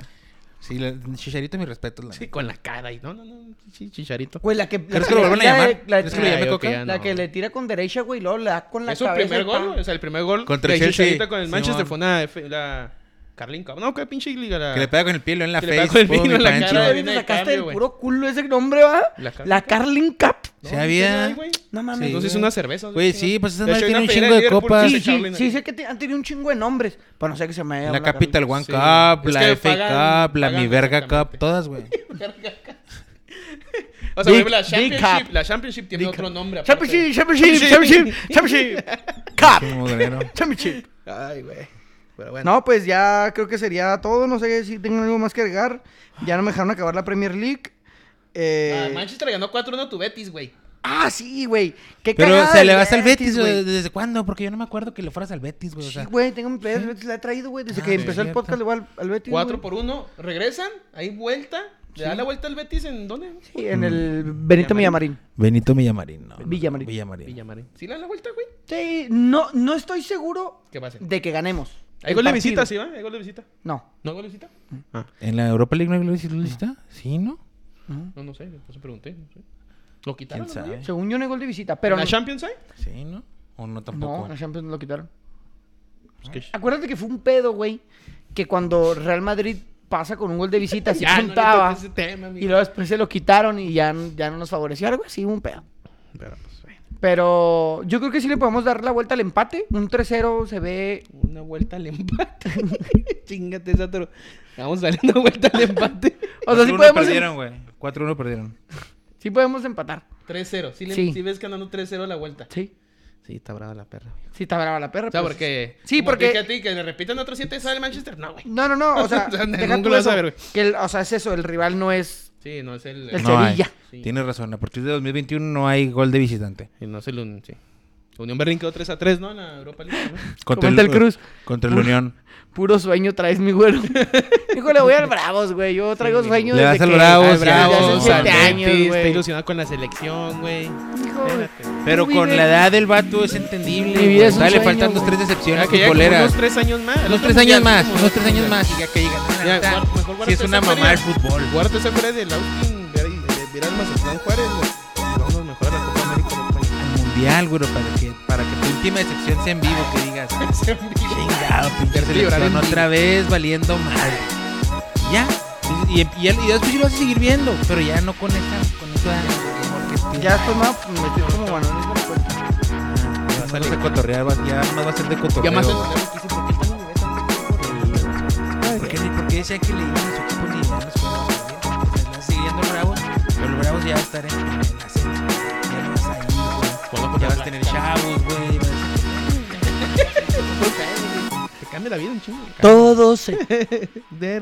Sí, la- Chicharito, mi respeto. La...
sí, con la cara y no, no, no, sí, chicharito.
Güey, la que. la
¿Crees que lo
le
vuelvan a
tira de-
llamar?
la-
¿Crees que lo
la-
llame
yo
Coca?
que ya
La
no.
que le tira con derecha, güey, y luego le da con la
Es su
cabeza.
primer
y
gol,
pa-
güey, o sea, el primer gol
Contra
de
el Chelsea.
Chicharito con el Manchester
Simón.
fue una F- la Carlin Cup. No, qué pinche liga la
Que le pega con el pie, lo en la
Que le
face.
pega con el
pum,
pino
y
en la
pa'
cara,
adentro.
Ahora
viene
te
de
sacaste
cambio,
del
güey.
puro culo ese nombre, ¿va?
La
La,
Carling
Carling
Cup.
Cup.
No,
Sí,
no
había.
tenía ahí, güey.
No mames.
Sí.
Entonces es una cerveza.
Güey,
¿no?
sí, pues esas
De
madres
hecho, hay una
tienen un chingo
pelea
de
Liverpool,
copas.
Sí, sí,
Charlene
sí,
ahí.
sé que te- han tenido un chingo de nombres. Pero no sé que se me haya
La
dado
Capital
Carling.
One
Sí.
Cup,
Es
la
que
F
pagan-
Cup, la
pagan
Mi Verga
exactamente.
Cup, todas, güey.
O sea, por
Big-
ejemplo, la
Big
Championship,
Cup.
la Championship tiene otro nombre. aparte.
Championship, Championship, Championship, Championship.
Qué
Cup.
mugrero.
Championship.
Ay, güey. Pero bueno.
No, pues ya creo que sería todo. No sé si tengo algo más que agregar. Ya no me dejaron acabar la Premier League.
Ah,
Eh,
Manchester ganó 4-1 a tu Betis, güey.
Ah, sí, güey. Qué
Pero
cagada
se
del
le vas al Betis, güey.
güey.
¿Desde cuándo? Porque yo no me acuerdo que le fueras al Betis, güey. O sea,
Sí, güey, tengo mi pedazo de Betis, la he traído, güey. Desde
Ah,
que
sí,
empezó el
cierto.
podcast, le voy al, al Betis.
4
güey.
por 1, regresan, hay vuelta. ¿Le da la vuelta al Betis en dónde?
Sí, en el Benito Millamarín.
Benito Villamarín, no.
Villamarín.
Villamarín.
Villamarín. ¿Sí le dan la vuelta, güey?
Sí, no, no estoy seguro
¿Qué pasa?
de que ganemos.
Hay
el
gol de
partido. Mm.
visita, sí, va? Hay gol de visita.
No.
¿No hay gol de visita?
¿En la Europa League no hay gloria lista? Sí, ¿no?
No, no sé, por eso pregunté. no sé. Lo quitaron.
¿Quién
¿no, güey?
sabe?
Según yo no hay gol de visita,
¿En
pero...
la
no-
Champions hay?
Sí, ¿no? ¿O no
No,
tampoco?
la Champions lo quitaron.
Pues que-
Acuérdate que fue un pedo, güey, que cuando Real Madrid pasa con un gol de visita, se
Ya, no le
contaba.
toques ese tema,
y
amigo.
luego después se lo quitaron y ya, ya no nos favoreció. Algo así, un pedo.
Pero, pues, bueno.
Pero yo creo que sí le podemos dar la vuelta al empate. Un 3-0 se ve.
Una vuelta al empate. Chingate esa toro. Vamos a darle una vuelta al empate.
O sea, sí
4-1
podemos,
perdieron, güey. 4-1 perdieron.
sí podemos empatar.
3-0. Si
Sí.
ves que andando 3-0 la vuelta.
Sí.
Sí, está brava la perra. amigo.
Sí, está brava la perra.
O sea,
pues.
porque.
Sí,
como
porque-
que a ti que le repitan otro 7 sale Manchester. No, güey.
No, no, no. O sea,
O sea,
deja
nunca
tú
lo vas a
eso,
ver,
que el- o sea, es eso. El rival no es.
Sí, no es el. eh,
El
No hay.
Sevilla.
Sí.
Tienes razón. A partir de 2021 no hay gol de visitante.
Y no es el. un- Sí. Unión Berlín quedó 3 a 3, ¿no? En la Europa League. ¿no?
Comenta el Cruz.
Contra el Unión.
Puro sueño traes, mi güero. Hijo, le voy al Bravos, güey. Yo traigo sueño
Le
desde
vas al
que-
Bravos,
al Bravos,
Bravos,
desde hace siete
al
años,
Está
güey.
ilusionado con la selección, güey.
Hijo,
Espérate.
Pero
Mi
con
vida-
la edad del vato es entendible.
Mi vida
güey.
es un
Dale,
sueño,
faltan dos,
güey.
tres decepciones
Ya que ya como
futboleras.
unos 3 años más.
Unos tres años más. Unos tres años más. Y ya que
Ya,
llegan.
guar- mejor
Si
guárdate
es una
esa
mamá el
feria.
fútbol.
Cuarto se fuera del Austin. Mira el Mazatlán Juárez. güey. Vamos mejor a la Copa América. güey.
Al mundial, güey, para que, para que tu última decepción sea en vivo, que digas. Chingado, pinche
Verte llorar en
selección
vivo.
otra vez valiendo madre. Y Ya. Y, y- y- y después sí lo vas a seguir viendo, pero ya no con esa, con esa. que-
Ya estoy más. Me metí como banones con la cuenta.
Ya vas a cotorrear, vas- ya más va a ser de cotorreo.
Ya más el
güey. Porque, porque decía que le iban a su equipo ni le iban a los juegos. Están siguiendo los bravos, pero los bravos ya van a estar en, en el ascenso. Ya no vas a ir, güey. Ya vas a tener chavos, güey. vas a-
Te cambia la vida un chingo.
Todo se